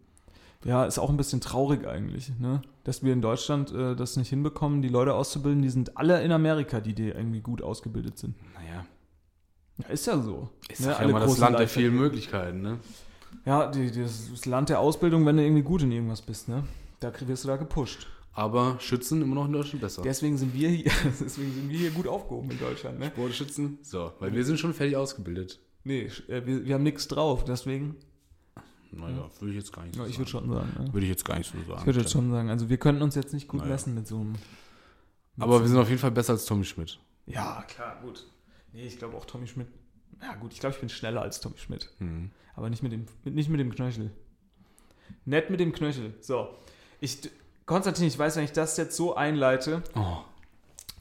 Speaker 3: Ja, ist auch ein bisschen traurig eigentlich, ne? dass wir in Deutschland äh, das nicht hinbekommen, die Leute auszubilden. Die sind alle in Amerika, die, die irgendwie gut ausgebildet sind.
Speaker 4: Naja,
Speaker 3: Ja, ist ja so.
Speaker 4: ist ja,
Speaker 3: Ne, Alle
Speaker 4: immer das
Speaker 3: großen
Speaker 4: Land der
Speaker 3: Leiter-
Speaker 4: vielen Möglichkeiten, ne?
Speaker 3: Ja, die, die, das ist Land der Ausbildung, wenn du irgendwie gut in irgendwas bist. ne? Da krieg- wirst du da gepusht.
Speaker 4: Aber Schützen immer noch in Deutschland besser.
Speaker 3: Deswegen sind wir hier, deswegen sind wir hier gut aufgehoben in Deutschland. Ne?
Speaker 4: Sportschützen? So, weil wir sind schon fertig ausgebildet.
Speaker 3: Nee, sch- äh, wir, wir haben nichts drauf, deswegen.
Speaker 4: Naja, würde ich jetzt gar nicht so
Speaker 3: Hm. Ja, ich
Speaker 4: sagen.
Speaker 3: würde schon sagen. Ne?
Speaker 4: Würde ich jetzt gar nicht so
Speaker 3: Ich
Speaker 4: sagen.
Speaker 3: würde jetzt schon sagen, also wir könnten uns jetzt nicht gut
Speaker 4: Naja.
Speaker 3: messen mit so einem.
Speaker 4: Aber wir sind auf jeden Fall besser als Tommy Schmidt.
Speaker 3: Ja, klar, gut. Nee, ich glaube auch Tommy Schmidt. Ja, gut, ich glaube, ich bin schneller als Tommy Schmidt.
Speaker 4: Hm.
Speaker 3: Aber nicht mit dem, mit, nicht mit dem Knöchel. Nett mit dem Knöchel. So. Ich, d- Konstantin, ich weiß, wenn ich das jetzt so einleite,
Speaker 4: Oh.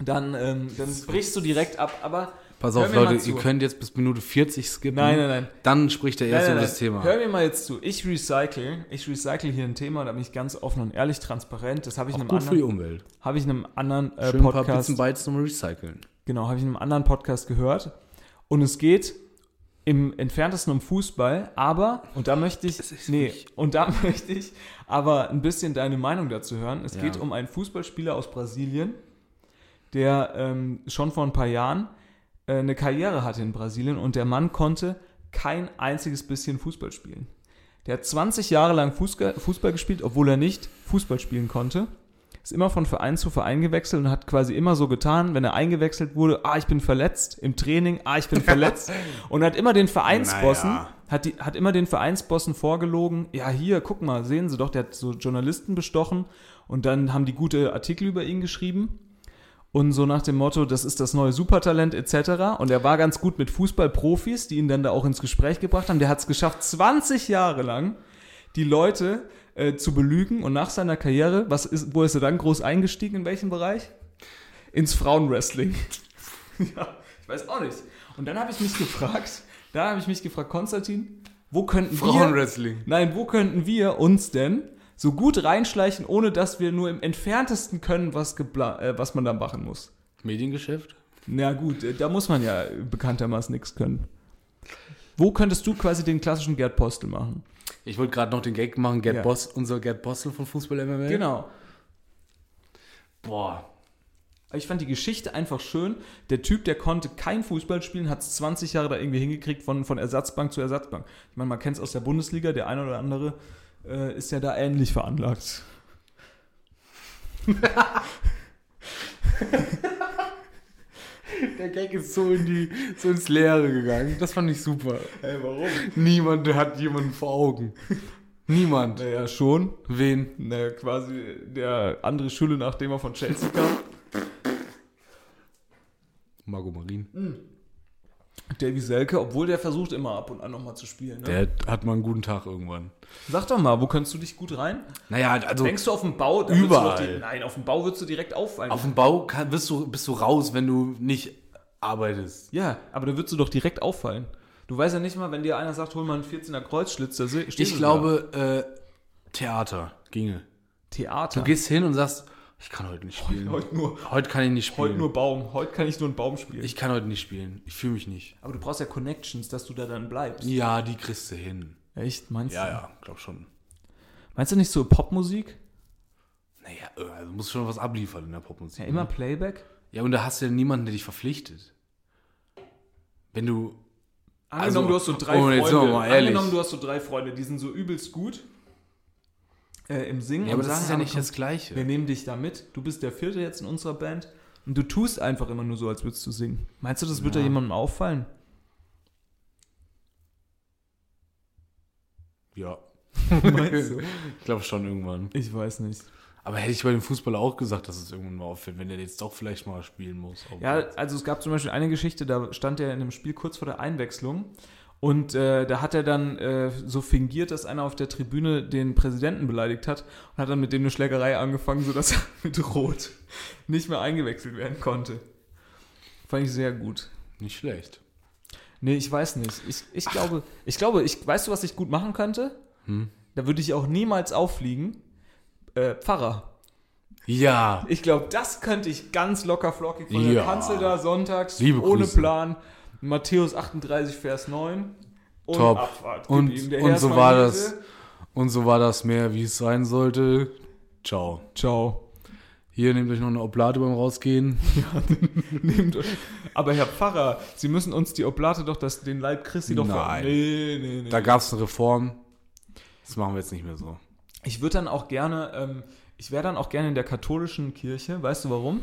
Speaker 3: dann, ähm, dann brichst du direkt ab. Aber.
Speaker 4: Pass
Speaker 3: hör
Speaker 4: auf,
Speaker 3: mir mal
Speaker 4: Leute,
Speaker 3: zu.
Speaker 4: ihr könnt jetzt bis Minute 40 skippen.
Speaker 3: Nein, nein, nein.
Speaker 4: Dann spricht der
Speaker 3: Nein, nein,
Speaker 4: Erste über
Speaker 3: nein.
Speaker 4: das Thema.
Speaker 3: Hör mir mal jetzt zu. Ich recycle. Ich recycle hier ein Thema, da bin ich ganz offen und ehrlich transparent. Das habe ich, in
Speaker 4: Auch
Speaker 3: einem
Speaker 4: gut für die
Speaker 3: anderen-
Speaker 4: Umwelt.
Speaker 3: hab ich in einem anderen äh,
Speaker 4: Schön ein paar
Speaker 3: Podcast.
Speaker 4: Bits und Bytes nochmal recyceln.
Speaker 3: Genau, habe ich in einem anderen Podcast gehört. Und es geht im entferntesten um Fußball, aber, und da möchte ich, nee, und da möchte ich aber ein bisschen deine Meinung dazu hören. Es
Speaker 4: Ja.
Speaker 3: geht um einen Fußballspieler aus Brasilien, der ähm, schon vor ein paar Jahren äh, eine Karriere hatte in Brasilien und der Mann konnte kein einziges bisschen Fußball spielen. Der hat 20 Jahre lang Fußball, Fußball gespielt, obwohl er nicht Fußball spielen konnte ist immer von Verein zu Verein gewechselt und hat quasi immer so getan, wenn er eingewechselt wurde, ah, ich bin verletzt im Training, ah, ich bin verletzt und hat immer den Vereinsbossen,
Speaker 4: Naja.
Speaker 3: hat, die, hat immer den Vereinsbossen vorgelogen, ja, hier, guck mal, sehen Sie doch, der hat so Journalisten bestochen und dann haben die gute Artikel über ihn geschrieben und so nach dem Motto, das ist das neue Supertalent etc. Und er war ganz gut mit Fußballprofis, die ihn dann da auch ins Gespräch gebracht haben. Der hat es geschafft, 20 Jahre lang die Leute äh, zu belügen und nach seiner Karriere, was ist, wo ist er dann groß eingestiegen, in welchem Bereich? Ins Frauenwrestling. ja, ich weiß auch nicht. Und dann habe ich mich gefragt, da habe ich mich gefragt, Konstantin, wo könnten wir,
Speaker 4: Frauenwrestling.
Speaker 3: nein, wo könnten wir uns denn so gut reinschleichen, ohne dass wir nur im entferntesten können, was, gebla äh, was man da machen muss?
Speaker 4: Mediengeschäft?
Speaker 3: Na gut, äh, da muss man ja äh, bekanntermaßen nichts können. Wo könntest du quasi den klassischen Gerd Postel machen?
Speaker 4: Ich wollte gerade noch den Gag machen, Gerd
Speaker 3: Ja.
Speaker 4: Boss, unser Gerd Bossel von Fußball MML.
Speaker 3: Genau.
Speaker 4: Boah.
Speaker 3: Ich fand die Geschichte einfach schön. Der Typ, der konnte kein Fußball spielen, hat es 20 Jahre da irgendwie hingekriegt von, von Ersatzbank zu Ersatzbank. Ich meine, man kennt es aus der Bundesliga, der eine oder andere äh, ist ja da ähnlich veranlagt.
Speaker 4: Der Gag ist so, in die, so ins Leere gegangen. Das fand ich super.
Speaker 3: Hey, warum?
Speaker 4: Niemand hat jemanden vor Augen. Niemand.
Speaker 3: Naja, schon.
Speaker 4: Wen?
Speaker 3: Na, quasi der andere Schüler, nachdem er von Chelsea kam.
Speaker 4: Margot Marin.
Speaker 3: Davy Selke, obwohl der versucht immer ab und an nochmal zu spielen. Ne?
Speaker 4: Der hat mal einen guten Tag irgendwann.
Speaker 3: Sag doch mal, wo kannst du dich gut rein?
Speaker 4: Naja, also
Speaker 3: Denkst du auf dem Bau? da würdest du doch
Speaker 4: Überall.
Speaker 3: Die, nein, auf dem Bau würdest du direkt auffallen.
Speaker 4: auf dem Bau kann, bist, du, bist du raus, wenn du nicht arbeitest.
Speaker 3: ja, aber da würdest du doch direkt auffallen. Du weißt ja nicht mal, wenn dir einer sagt, hol mal einen 14er Kreuzschlitz, da steht
Speaker 4: Ich glaube, äh, Theater ginge.
Speaker 3: Theater.
Speaker 4: Du gehst hin und sagst, ich kann heute nicht spielen.
Speaker 3: heute nur-
Speaker 4: Heute kann ich nicht spielen.
Speaker 3: heute nur Baum. Heute kann ich nur einen Baum spielen.
Speaker 4: ich kann heute nicht spielen. Ich fühle mich nicht.
Speaker 3: aber du brauchst ja Connections, dass du da dann bleibst.
Speaker 4: Ja, die kriegst du hin.
Speaker 3: Echt? Meinst
Speaker 4: Ja,
Speaker 3: du?
Speaker 4: ja, glaub schon.
Speaker 3: Meinst du nicht so Popmusik?
Speaker 4: Naja, äh, also musst schon was abliefern in der Popmusik.
Speaker 3: Ja, immer
Speaker 4: ne?
Speaker 3: Playback?
Speaker 4: Ja, und da hast du ja niemanden, der dich verpflichtet. Wenn du.
Speaker 3: Angenommen,
Speaker 4: Also,
Speaker 3: du hast so drei
Speaker 4: oh, jetzt sind wir
Speaker 3: Freunde.
Speaker 4: mal ehrlich.
Speaker 3: Angenommen, du hast so drei Freunde, die sind so übelst gut äh, im Singen.
Speaker 4: Ja, aber das ist ja nicht
Speaker 3: komm,
Speaker 4: das Gleiche.
Speaker 3: Wir nehmen dich da mit. Du bist der Vierte jetzt in unserer Band. Und du tust einfach immer nur so, als würdest du singen. Meinst du, das wird da jemandem auffallen?
Speaker 4: Ja.
Speaker 3: Meinst du?
Speaker 4: Ich glaube schon irgendwann.
Speaker 3: Ich weiß nicht.
Speaker 4: Aber hätte ich bei dem Fußballer auch gesagt, dass es irgendwann mal auffällt, wenn der jetzt doch vielleicht mal spielen muss. Aber-
Speaker 3: Ja, also es gab zum Beispiel eine Geschichte, da stand er in einem Spiel kurz vor der Einwechslung und äh, da hat er dann äh, so fingiert, dass einer auf der Tribüne den Präsidenten beleidigt hat und hat dann mit dem eine Schlägerei angefangen, sodass er mit Rot nicht mehr eingewechselt werden konnte. Fand ich sehr gut.
Speaker 4: Nicht schlecht.
Speaker 3: Nee, ich weiß nicht. Ich, ich glaube, ich glaube, ich weißt du, was ich gut machen könnte?
Speaker 4: Hm?
Speaker 3: Da würde ich auch niemals auffliegen. Äh, Pfarrer.
Speaker 4: Ja.
Speaker 3: Ich glaube, das könnte ich ganz locker flockig von der
Speaker 4: Ja.
Speaker 3: Kanzel da sonntags,
Speaker 4: Liebe
Speaker 3: ohne
Speaker 4: Grüße.
Speaker 3: Plan. Matthäus 38, Vers 9. Und
Speaker 4: Top.
Speaker 3: Abfahrt. Gib
Speaker 4: Und-
Speaker 3: ihm. Der
Speaker 4: und
Speaker 3: Herr
Speaker 4: so
Speaker 3: ist
Speaker 4: war
Speaker 3: mein
Speaker 4: das.
Speaker 3: Hirte.
Speaker 4: Und so war das mehr, wie es sein sollte. Ciao.
Speaker 3: Ciao.
Speaker 4: Hier nehmt euch noch eine Oblate beim Rausgehen.
Speaker 3: Nehmt euch. Aber Herr Pfarrer, Sie müssen uns die Oblate doch, das, den Leib Christi doch ver-
Speaker 4: Nein.
Speaker 3: Nee, nee, nee.
Speaker 4: Da gab es eine Reform. Das machen wir jetzt nicht mehr so.
Speaker 3: Ich würde dann auch gerne, ähm, ich wäre dann auch gerne in der katholischen Kirche. Weißt du warum?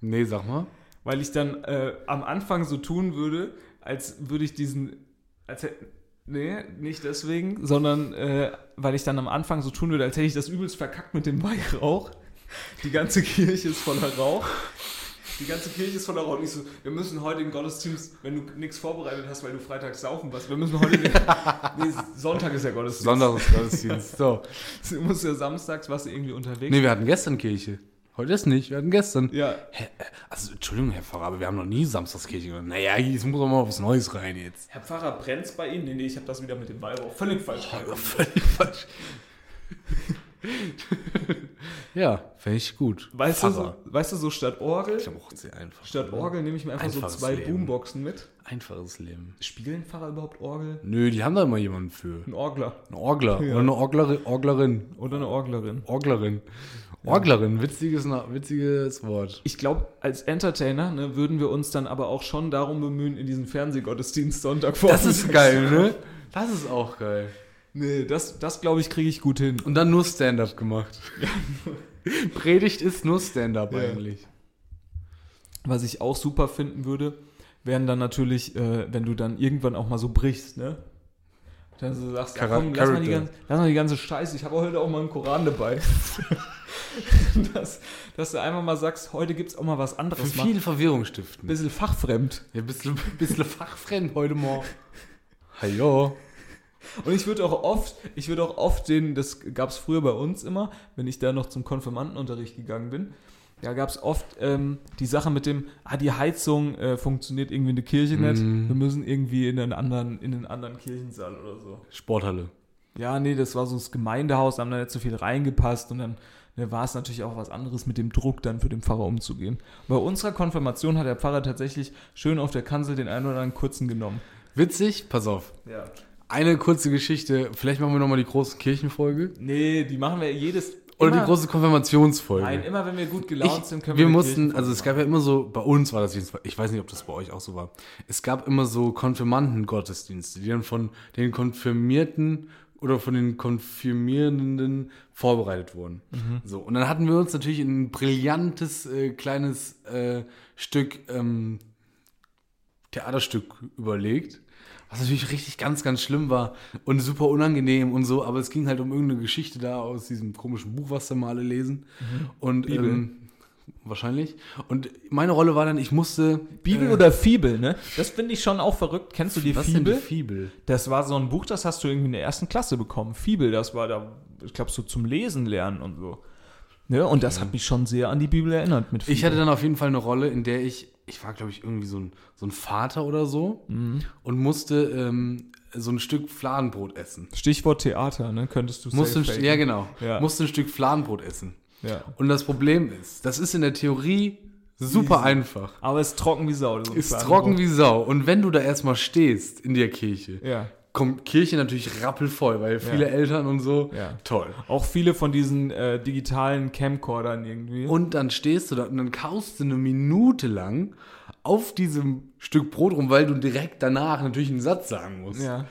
Speaker 4: Nee, sag mal.
Speaker 3: weil ich dann äh, am Anfang so tun würde, als würde ich diesen, als hätte, nee, nicht deswegen, sondern äh, weil ich dann am Anfang so tun würde, als hätte ich das übelst verkackt mit dem Weihrauch. Die ganze Kirche ist voller Rauch. Die ganze Kirche ist voller Rauch. Und ich so, wir müssen heute den Gottesdienst, wenn du nichts vorbereitet hast, weil du freitags saufen warst, wir müssen heute den, nee, Sonntag ist ja Gottesdienst.
Speaker 4: Besonderes Gottesdienst. So.
Speaker 3: Du musst ja samstags was irgendwie unterwegs.
Speaker 4: Nee, wir hatten gestern Kirche. Heute ist nicht, wir hatten gestern.
Speaker 3: Ja,
Speaker 4: Hä, äh, Also, Entschuldigung, Herr Pfarrer, aber wir haben noch nie Samstagskirche gemacht. Naja, jetzt muss doch mal was Neues rein jetzt.
Speaker 3: Herr Pfarrer, brennt's bei Ihnen? Nee, nee, ich habe das wieder mit dem Weihrauch völlig falsch gemacht.
Speaker 4: Völlig falsch. ja, fände ich gut.
Speaker 3: Weißt du, so,
Speaker 4: Pfarrer.
Speaker 3: weißt du, so statt Orgel,
Speaker 4: Ich glaube, auch sehr einfach.
Speaker 3: statt Orgel nehme ich mir einfach
Speaker 4: Einfaches
Speaker 3: so zwei
Speaker 4: Leben.
Speaker 3: Boomboxen mit.
Speaker 4: Einfaches Leben.
Speaker 3: Spielen Pfarrer überhaupt Orgel?
Speaker 4: Nö, die haben da immer jemanden für.
Speaker 3: Ein Orgler
Speaker 4: Ein Orgler. Oder eine Orglerin. Orglerin.
Speaker 3: oder eine Orglerin.
Speaker 4: Orglerin. Orglerin. Witziges, Na- witziges Wort.
Speaker 3: Ich glaube, als Entertainer ne, würden wir uns dann aber auch schon darum bemühen, in diesen Fernsehgottesdienst Sonntag vor.
Speaker 4: Das ist geil, ne? Das ist auch geil.
Speaker 3: Nee, das, das glaube ich, kriege ich gut hin.
Speaker 4: Und dann nur Stand-up gemacht. Predigt ist nur Stand-up
Speaker 3: Ja.
Speaker 4: eigentlich.
Speaker 3: Was ich auch super finden würde, wären dann natürlich, äh, wenn du dann irgendwann auch mal so brichst, ne? Dann so sagst, ach,
Speaker 4: Chara-
Speaker 3: komm, lass mal, die
Speaker 4: Charakter.
Speaker 3: ganze, lass mal die ganze Scheiße, ich habe heute auch mal einen Koran dabei. dass, dass du einfach mal sagst, heute gibt's auch mal was anderes. Mal. Ein
Speaker 4: viel Verwirrung stiften.
Speaker 3: bisschen fachfremd.
Speaker 4: Ja, bisschen, bisschen fachfremd heute Morgen. Hallo.
Speaker 3: Und ich würde auch oft, ich würde auch oft den, das gab es früher bei uns immer, wenn ich da noch zum Konfirmandenunterricht gegangen bin, da gab es oft ähm, die Sache mit dem, ah, die Heizung äh, funktioniert irgendwie in der Kirche nicht,
Speaker 4: Mhm.
Speaker 3: wir müssen irgendwie in einen anderen, in einen anderen Kirchensaal oder so.
Speaker 4: Sporthalle.
Speaker 3: Ja, nee, das war so das Gemeindehaus, da haben da nicht so viel reingepasst und dann ne, war es natürlich auch was anderes mit dem Druck dann für den Pfarrer umzugehen. Bei unserer Konfirmation hat der Pfarrer tatsächlich schön auf der Kanzel den einen oder anderen kurzen genommen.
Speaker 4: Witzig, pass auf.
Speaker 3: Ja.
Speaker 4: Eine kurze Geschichte. Vielleicht machen wir nochmal die große Kirchenfolge.
Speaker 3: Nee, die machen wir jedes
Speaker 4: Oder
Speaker 3: immer-
Speaker 4: die große Konfirmationsfolge.
Speaker 3: Nein, immer wenn wir gut gelaunt sind,
Speaker 4: ich,
Speaker 3: können
Speaker 4: wir
Speaker 3: eine
Speaker 4: mussten,
Speaker 3: Kirchenfolge
Speaker 4: also es gab ja immer so, bei uns war das jedenfalls, ich weiß nicht, ob das bei euch auch so war, es gab immer so Konfirmanden-Gottesdienste, die dann von den Konfirmierten oder von den Konfirmierenden vorbereitet wurden.
Speaker 3: Mhm.
Speaker 4: So, und dann hatten wir uns natürlich in ein brillantes äh, kleines äh, Stück ähm, Theaterstück überlegt. Was natürlich richtig ganz, ganz schlimm war und super unangenehm und so, aber es ging halt um irgendeine Geschichte da aus diesem komischen Buch, was wir mal alle lesen. Und ähm, wahrscheinlich. Und meine Rolle war dann, ich musste.
Speaker 3: Bibel
Speaker 4: äh,
Speaker 3: oder Fibel, ne? Das finde ich schon auch verrückt. Kennst du die
Speaker 4: was
Speaker 3: Fibel?
Speaker 4: Denn die Fibel?
Speaker 3: das war so ein Buch, das hast du irgendwie in der ersten Klasse bekommen. Fibel, das war da, ich glaube, so zum Lesen lernen und so. Ne? Und das hat mich schon sehr an die Bibel erinnert mit Fibel.
Speaker 4: Ich hatte dann auf jeden Fall eine Rolle, in der ich ich war, glaube ich, irgendwie so ein, so ein Vater oder so und musste ähm, so ein Stück Fladenbrot essen.
Speaker 3: Stichwort Theater, ne? Könntest du
Speaker 4: Musste ein,
Speaker 3: safe
Speaker 4: St-
Speaker 3: faken.
Speaker 4: ja, genau.
Speaker 3: Ja.
Speaker 4: Musste ein Stück Fladenbrot essen.
Speaker 3: ja.
Speaker 4: Und das Problem ist, das ist in der Theorie super einfach.
Speaker 3: Aber es ist trocken wie Sau. so ein
Speaker 4: Ist
Speaker 3: kleiner
Speaker 4: trocken
Speaker 3: Bruch.
Speaker 4: wie Sau. Und wenn du da erstmal stehst in der Kirche,
Speaker 3: Ja.
Speaker 4: kommt Kirche natürlich rappelvoll, weil viele Eltern und so.
Speaker 3: Ja.
Speaker 4: Toll.
Speaker 3: Auch viele von diesen äh, digitalen Camcordern irgendwie.
Speaker 4: Und dann stehst du da und dann kaust du eine Minute lang auf diesem Stück Brot rum, weil du direkt danach natürlich einen Satz sagen musst.
Speaker 3: ja.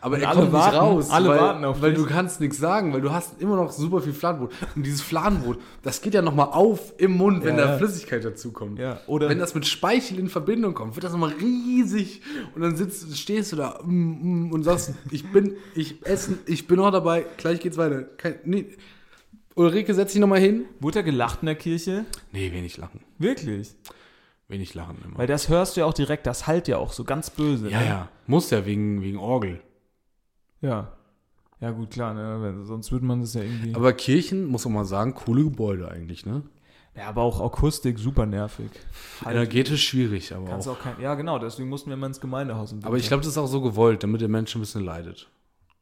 Speaker 4: Aber er
Speaker 3: alle
Speaker 4: kommt
Speaker 3: warten-
Speaker 4: nicht raus,
Speaker 3: alle
Speaker 4: weil,
Speaker 3: warten auf
Speaker 4: weil
Speaker 3: dich.
Speaker 4: du kannst nichts sagen, weil du hast immer noch super viel Fladenbrot. Und dieses Fladenbrot, das geht ja nochmal auf im Mund, wenn
Speaker 3: Ja,
Speaker 4: da
Speaker 3: ja.
Speaker 4: Flüssigkeit dazu kommt.
Speaker 3: Ja, oder-
Speaker 4: wenn das mit Speichel in Verbindung kommt, wird das nochmal riesig. Und dann sitzt, stehst du da mm, mm, und sagst, ich bin, ich essen, ich bin noch dabei, gleich geht's weiter. Kein, nee. Ulrike, setz dich nochmal hin.
Speaker 3: Wurde da gelacht in der Kirche?
Speaker 4: Nee, wenig lachen.
Speaker 3: Wirklich.
Speaker 4: Wenig lachen immer.
Speaker 3: Weil das hörst du ja auch direkt, das halt ja auch so ganz böse.
Speaker 4: ja,
Speaker 3: ne?
Speaker 4: ja. Muss ja wegen, wegen Orgel.
Speaker 3: Ja. Ja, gut, klar, ne? weil sonst würde man das ja irgendwie.
Speaker 4: Aber Kirchen, muss man mal sagen, coole Gebäude eigentlich, ne?
Speaker 3: ja, aber auch Akustik super nervig.
Speaker 4: Energetisch schwierig, aber
Speaker 3: Halt. Kannst auch kein, ja, genau, deswegen mussten wir immer ins Gemeindehaus. im
Speaker 4: Aber ich
Speaker 3: Winter.
Speaker 4: glaube, das ist auch so gewollt, damit der Mensch ein bisschen leidet.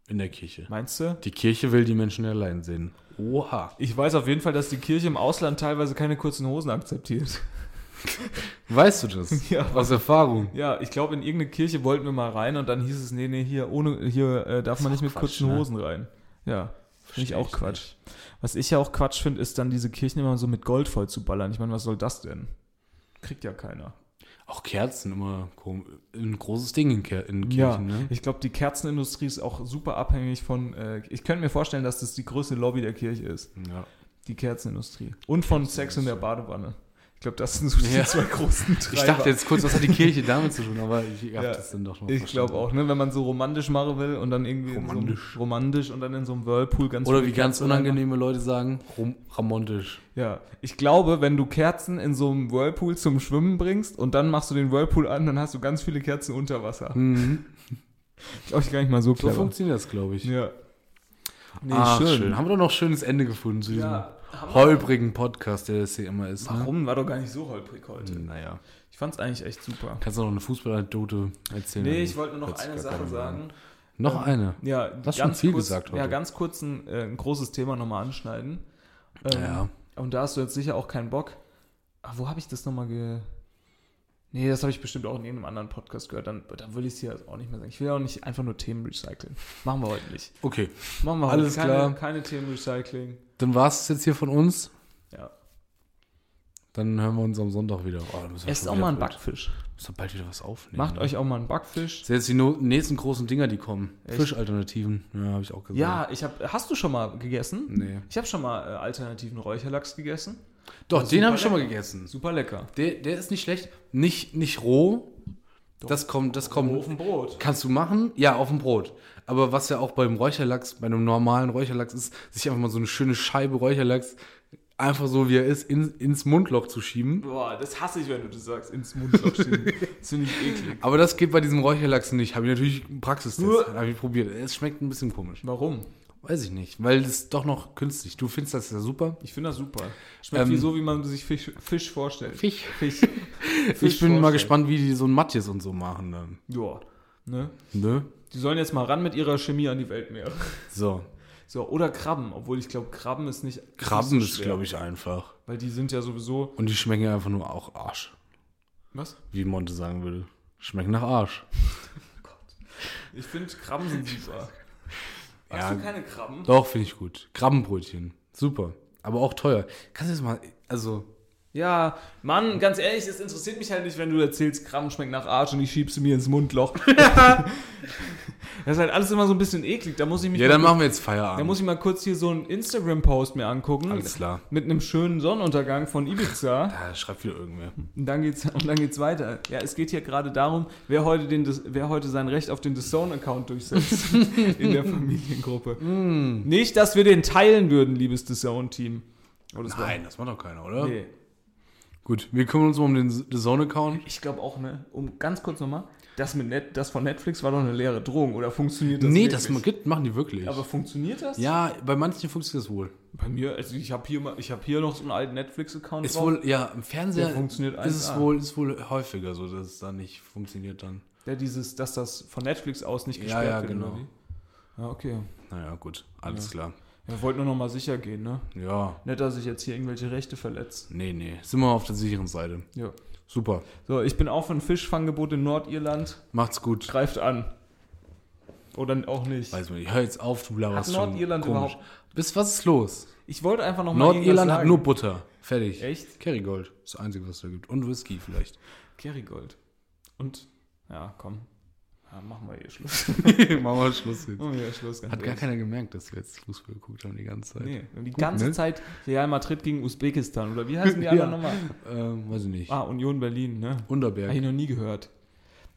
Speaker 4: In der Kirche.
Speaker 3: Meinst du?
Speaker 4: Die Kirche will die Menschen ja leiden sehen. Oha.
Speaker 3: Ich weiß auf jeden Fall, dass die Kirche im Ausland teilweise keine kurzen Hosen akzeptiert.
Speaker 4: Weißt du das?
Speaker 3: Ja.
Speaker 4: Aus Erfahrung.
Speaker 3: Ja, ich glaube, in irgendeine Kirche wollten wir mal rein und dann hieß es, nee, nee, hier ohne, hier äh, darf man nicht mit
Speaker 4: Quatsch,
Speaker 3: kurzen
Speaker 4: ne?
Speaker 3: Hosen rein. Ja, finde ich
Speaker 4: Versteh
Speaker 3: auch
Speaker 4: ich
Speaker 3: Quatsch. Was ich ja auch Quatsch finde, ist dann diese Kirchen immer so mit Gold voll zu ballern. Ich meine, was soll das denn? Kriegt ja keiner.
Speaker 4: Auch Kerzen immer kom- ein großes Ding in, Ker in Kirchen,
Speaker 3: ja,
Speaker 4: ne?
Speaker 3: ich glaube, die Kerzenindustrie ist auch super abhängig von, äh, ich könnte mir vorstellen, dass das die größte Lobby der Kirche ist,
Speaker 4: Ja.
Speaker 3: die Kerzenindustrie. Und von Sex in der Badewanne. Ich glaube, das sind so die
Speaker 4: Ja.
Speaker 3: zwei großen Treiber.
Speaker 4: Ich dachte jetzt kurz, was hat die Kirche damit zu tun, aber ich hab das dann doch noch
Speaker 3: Ich glaube
Speaker 4: verstanden.
Speaker 3: auch, ne? wenn man so romantisch machen will und dann irgendwie in So
Speaker 4: Romantisch.
Speaker 3: einem, romantisch und dann in so einem Whirlpool ganz
Speaker 4: Oder
Speaker 3: viele
Speaker 4: wie ganz
Speaker 3: Kerzen reinmacht.
Speaker 4: unangenehme Leute sagen, rom ramontisch.
Speaker 3: Ja, ich glaube, wenn du Kerzen in so einem Whirlpool zum Schwimmen bringst und dann machst du den Whirlpool an, dann hast du ganz viele Kerzen unter Wasser. Ich glaube, ich gar nicht mal so
Speaker 4: So
Speaker 3: clever.
Speaker 4: funktioniert das, glaube ich.
Speaker 3: ja. Nee,
Speaker 4: Ach, schön. Haben wir doch noch ein schönes Ende gefunden zu diesem
Speaker 3: Ja,
Speaker 4: holprigen Podcast, der das hier immer ist. Ne?
Speaker 3: Warum? War doch gar nicht so holprig heute.
Speaker 4: Hm, Naja.
Speaker 3: Ich fand's eigentlich echt super.
Speaker 4: Kannst du noch eine Fußballanekdote erzählen?
Speaker 3: Nee, ich wollte nur noch
Speaker 4: Hört sich
Speaker 3: eine
Speaker 4: gar
Speaker 3: Sache
Speaker 4: keiner mehr an.
Speaker 3: sagen. Ähm,
Speaker 4: Noch eine?
Speaker 3: Ja,
Speaker 4: Du hast schon viel gesagt
Speaker 3: Ja,
Speaker 4: heute.
Speaker 3: ganz kurz ein, äh, ein großes Thema nochmal anschneiden. Ähm,
Speaker 4: Ja.
Speaker 3: Und da hast du jetzt sicher auch keinen Bock. Ah, wo habe ich das nochmal ge... Nee, das habe ich bestimmt auch in irgendeinem anderen Podcast gehört. Dann, dann will ich es hier auch nicht mehr sagen. Ich will auch nicht einfach nur Themen recyceln. Machen wir heute nicht.
Speaker 4: Okay,
Speaker 3: Machen wir
Speaker 4: Alles
Speaker 3: heute
Speaker 4: klar.
Speaker 3: Keine, keine Themen recycling.
Speaker 4: dann war es jetzt hier von uns.
Speaker 3: Ja.
Speaker 4: Dann hören wir uns am Sonntag wieder. Oh, dann müssen wir
Speaker 3: Esst
Speaker 4: schon
Speaker 3: auch
Speaker 4: wieder
Speaker 3: mal einen
Speaker 4: bald-
Speaker 3: Backfisch.
Speaker 4: Müssen wir bald wieder was aufnehmen.
Speaker 3: Macht
Speaker 4: ne?
Speaker 3: euch auch mal einen Backfisch.
Speaker 4: Das sind jetzt die no nächsten großen Dinger, die kommen.
Speaker 3: Echt?
Speaker 4: Fischalternativen. Ja, habe ich auch gesehen.
Speaker 3: Ja, ich habe. Hast du schon mal gegessen?
Speaker 4: Nee.
Speaker 3: Ich habe schon mal äh, alternativen Räucherlachs gegessen.
Speaker 4: Doch, den
Speaker 3: super
Speaker 4: habe ich schon mal
Speaker 3: lecker.
Speaker 4: gegessen.
Speaker 3: Super lecker.
Speaker 4: Der, der ist nicht schlecht. Nicht, nicht roh. Das kommt, das kommt.
Speaker 3: Auf dem Brot.
Speaker 4: Kannst du machen? Ja, auf dem Brot. Aber was ja auch beim Räucherlachs, bei einem normalen Räucherlachs ist, sich einfach mal so eine schöne Scheibe Räucherlachs einfach so wie er ist in, ins Mundloch zu schieben.
Speaker 3: Boah, das hasse ich, wenn du das sagst, ins Mundloch schieben. das finde ich eklig.
Speaker 4: Aber das geht bei diesem Räucherlachs nicht. Habe ich natürlich einen Praxistest.
Speaker 3: Uah.
Speaker 4: Habe ich probiert. Es schmeckt ein bisschen komisch.
Speaker 3: Warum?
Speaker 4: Weiß ich nicht, weil es doch noch künstlich. Du findest das ja super.
Speaker 3: Ich finde das super. Schmeckt
Speaker 4: Ähm,
Speaker 3: wie so, wie man sich Fisch, Fisch vorstellt.
Speaker 4: Fisch.
Speaker 3: Fisch.
Speaker 4: ich bin mal
Speaker 3: vorstellt.
Speaker 4: gespannt, wie die so ein Matthias und so machen dann.
Speaker 3: Ja. Ne?
Speaker 4: Ne?
Speaker 3: Die sollen jetzt mal ran mit ihrer Chemie an die Weltmeere.
Speaker 4: So.
Speaker 3: So, oder Krabben, obwohl ich glaube, Krabben ist nicht.
Speaker 4: Krabben ist, glaube ich, einfach.
Speaker 3: Weil die sind ja sowieso.
Speaker 4: Und die schmecken ja einfach nur auch Arsch.
Speaker 3: Was?
Speaker 4: Wie Monte sagen würde. Schmecken nach Arsch.
Speaker 3: Ich finde, Krabben sind super. Hast
Speaker 4: Ja.
Speaker 3: du keine Krabben?
Speaker 4: Doch, finde ich gut. Krabbenbrötchen. Super. Aber auch teuer. Kannst du jetzt mal, also,
Speaker 3: Ja, Mann, ganz ehrlich, es interessiert mich halt nicht, wenn du erzählst, Krabben schmeckt nach Arsch und ich schieb sie mir ins Mundloch. das ist halt alles immer so ein bisschen eklig. Da muss ich mich
Speaker 4: ja, dann
Speaker 3: mal,
Speaker 4: machen wir jetzt Feierabend.
Speaker 3: da muss ich mal kurz hier so einen Instagram-Post mir angucken.
Speaker 4: Alles klar.
Speaker 3: Mit einem schönen Sonnenuntergang von Ibiza.
Speaker 4: ja, schreibt wieder irgendwer.
Speaker 3: Und dann geht's, und dann geht's weiter. Ja, es geht hier gerade darum, wer heute, den, Dis- wer heute sein Recht auf den DAZN-Account durchsetzt. in der Familiengruppe. Nicht, dass wir den teilen würden, liebes DAZN-Team. Oh, das war-
Speaker 4: Nein, das macht doch keiner, oder?
Speaker 3: Nee.
Speaker 4: Gut, wir kümmern uns mal um den Zone-Account.
Speaker 3: Ich glaube auch, ne? Um ganz kurz nochmal. Das, mit Net, das von Netflix war doch eine leere Drohung, oder funktioniert das
Speaker 4: nee,
Speaker 3: wirklich?
Speaker 4: das ma- gibt, machen die wirklich.
Speaker 3: Aber funktioniert das?
Speaker 4: ja, bei manchen funktioniert das wohl.
Speaker 3: Bei mir, also ich habe hier, mal- ich hab hier noch so einen alten Netflix-Account
Speaker 4: Ist wohl, ja, im Fernseher
Speaker 3: Der funktioniert
Speaker 4: ist es
Speaker 3: 1A.
Speaker 4: wohl, ist wohl häufiger so, dass es da nicht funktioniert dann.
Speaker 3: der dieses, dass das von Netflix aus nicht
Speaker 4: Ja,
Speaker 3: gesperrt
Speaker 4: ja,
Speaker 3: wird,
Speaker 4: genau.
Speaker 3: oder wie? Ja, okay.
Speaker 4: Naja, gut, alles klar.
Speaker 3: Wir wollten nur noch mal sicher gehen, ne?
Speaker 4: Ja,
Speaker 3: Nicht, dass ich jetzt hier irgendwelche Rechte verletze.
Speaker 4: nee, nee, sind wir auf der sicheren Seite.
Speaker 3: Ja.
Speaker 4: Super,
Speaker 3: So, ich bin auch für ein Fischfanggebot in Nordirland.
Speaker 4: macht's gut.
Speaker 3: Greift an. Oder auch nicht.
Speaker 4: Weiß man nicht, hör jetzt auf, du
Speaker 3: Hat
Speaker 4: blaberst schon
Speaker 3: Nordirland
Speaker 4: komisch.
Speaker 3: überhaupt-
Speaker 4: Bis, was ist los?
Speaker 3: Ich wollte einfach noch mal irgendwas
Speaker 4: Nordirland hat
Speaker 3: sagen.
Speaker 4: nur Butter, fertig.
Speaker 3: Echt?
Speaker 4: Kerrygold, ist das Einzige, was es da gibt. Und Whisky vielleicht.
Speaker 3: Kerrygold. Und, ja, komm. Ja, machen wir hier Schluss.
Speaker 4: Machen wir Oh, Schluss jetzt.
Speaker 3: machen wir hier Schluss. Ganz
Speaker 4: Hat gar
Speaker 3: ehrlich.
Speaker 4: keiner gemerkt, dass wir jetzt Fußball geguckt haben die ganze Zeit.
Speaker 3: Nee, wir haben die ganze
Speaker 4: ne?
Speaker 3: Zeit Real Madrid gegen Usbekistan. Oder wie heißen die anderen
Speaker 4: Ja.
Speaker 3: nochmal?
Speaker 4: Ähm, weiß ich nicht.
Speaker 3: Ah, Union Berlin, ne?
Speaker 4: Unterberg.
Speaker 3: Habe ich noch nie gehört.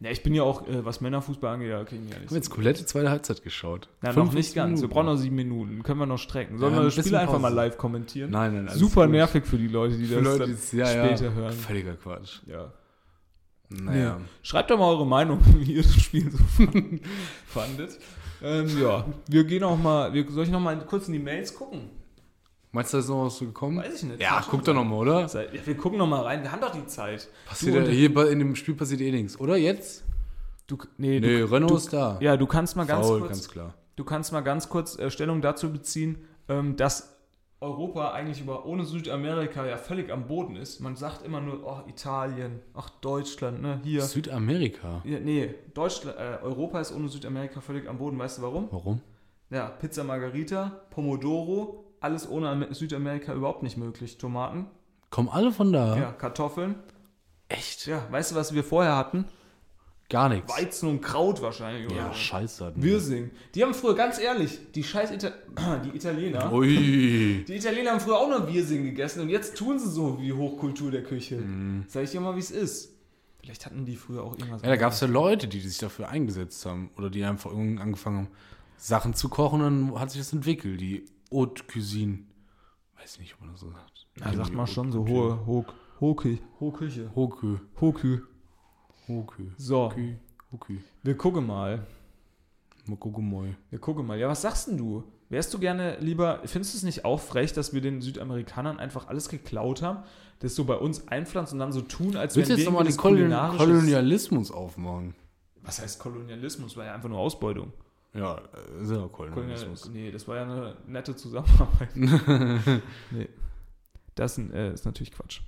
Speaker 3: Ja, ich bin ja auch, äh, was Männerfußball angeht, ja, kriegen wir ja nicht.
Speaker 4: Haben wir jetzt Colette zweite Halbzeit geschaut?
Speaker 3: Na, noch
Speaker 4: 55
Speaker 3: nicht ganz. Wir
Speaker 4: Minuten.
Speaker 3: brauchen noch sieben Minuten. Können wir noch strecken. Sollen
Speaker 4: Ja,
Speaker 3: wir
Speaker 4: ein
Speaker 3: das Spiel
Speaker 4: bisschen
Speaker 3: einfach mal
Speaker 4: Pause.
Speaker 3: live kommentieren?
Speaker 4: Nein, nein, alles
Speaker 3: Super
Speaker 4: gut.
Speaker 3: nervig für die Leute, die
Speaker 4: Für
Speaker 3: das
Speaker 4: Leute,
Speaker 3: dann
Speaker 4: die es ja,
Speaker 3: später
Speaker 4: ja,
Speaker 3: hören.
Speaker 4: Völliger Quatsch.
Speaker 3: Ja.
Speaker 4: Naja.
Speaker 3: Nee. Schreibt doch mal eure Meinung, wie ihr das Spiel so fand- fandet. Ähm, ja, wir gehen auch mal, wir, soll ich noch mal kurz in die Mails gucken?
Speaker 4: Meinst du, da ist noch was so gekommen?
Speaker 3: Weiß ich nicht.
Speaker 4: Ja,
Speaker 3: Kann
Speaker 4: guck
Speaker 3: schon
Speaker 4: doch nochmal, oder?
Speaker 3: sein. Ja, wir gucken noch mal rein, wir haben doch die Zeit.
Speaker 4: Passiert
Speaker 3: du,
Speaker 4: ja,
Speaker 3: und-
Speaker 4: hier bei- in dem Spiel passiert eh nichts, oder? Jetzt?
Speaker 3: du, nee,
Speaker 4: Nee,
Speaker 3: du,
Speaker 4: Renault
Speaker 3: du,
Speaker 4: ist da.
Speaker 3: Ja, du kannst mal ganz
Speaker 4: Faul,
Speaker 3: kurz.
Speaker 4: ganz klar.
Speaker 3: Du kannst mal ganz kurz äh, Stellung dazu beziehen, ähm, dass Europa eigentlich über, ohne Südamerika ja völlig am Boden ist. Man sagt immer nur, oh, Italien, ach, Deutschland, ne, hier.
Speaker 4: Südamerika.
Speaker 3: Ja, nee, Deutschland, äh, Europa ist ohne Südamerika völlig am Boden. Weißt du warum?
Speaker 4: Warum?
Speaker 3: Ja, Pizza Margarita, Pomodoro, alles ohne Am- Südamerika überhaupt nicht möglich. Tomaten,
Speaker 4: Kommen alle von da?
Speaker 3: ja, Kartoffeln.
Speaker 4: Echt?
Speaker 3: Ja, weißt du, was wir vorher hatten?
Speaker 4: Gar nichts.
Speaker 3: Weizen und Kraut wahrscheinlich.
Speaker 4: Ja,
Speaker 3: oder? so.
Speaker 4: scheiße. hatten wir.
Speaker 3: Wirsing. Die haben früher, ganz ehrlich, die scheiß Ita die Italiener.
Speaker 4: Ui.
Speaker 3: Die Italiener haben früher auch noch Wirsing gegessen und jetzt tun sie so wie Hochkultur der Küche. Sag ich dir mal, wie es ist. Vielleicht hatten die früher auch irgendwas.
Speaker 4: Mhm. Ja, da gab es ja Leute, die sich dafür eingesetzt haben oder die einfach irgendwie angefangen haben, Sachen zu kochen und dann hat sich das entwickelt, die Haute Cuisine. Weiß nicht, ob man das so sagt.
Speaker 3: ja, sagt man schon so hohe, hohe, hohe, Kü- hohe Küche.
Speaker 4: Hokü.
Speaker 3: Hohe Kü.
Speaker 4: Hokü.
Speaker 3: So,
Speaker 4: Hokü. Hokü.
Speaker 3: wir gucken mal.
Speaker 4: Mokogomoi.
Speaker 3: Wir gucken mal. Ja, was sagst denn du? Wärst du gerne lieber, findest du es nicht auch frech, dass wir den Südamerikanern einfach alles geklaut haben, das so bei uns einpflanzen und dann so tun, als
Speaker 4: Willst du jetzt
Speaker 3: wären
Speaker 4: nochmal den
Speaker 3: irgendwie
Speaker 4: Kolon
Speaker 3: das kulinarisches-
Speaker 4: Kolonialismus aufmachen?
Speaker 3: Was heißt Kolonialismus? War ja einfach nur Ausbeutung.
Speaker 4: Ja, äh, ist ja Kolonialismus.
Speaker 3: Nee, das war ja eine nette Zusammenarbeit. nee. Das äh, ist natürlich Quatsch.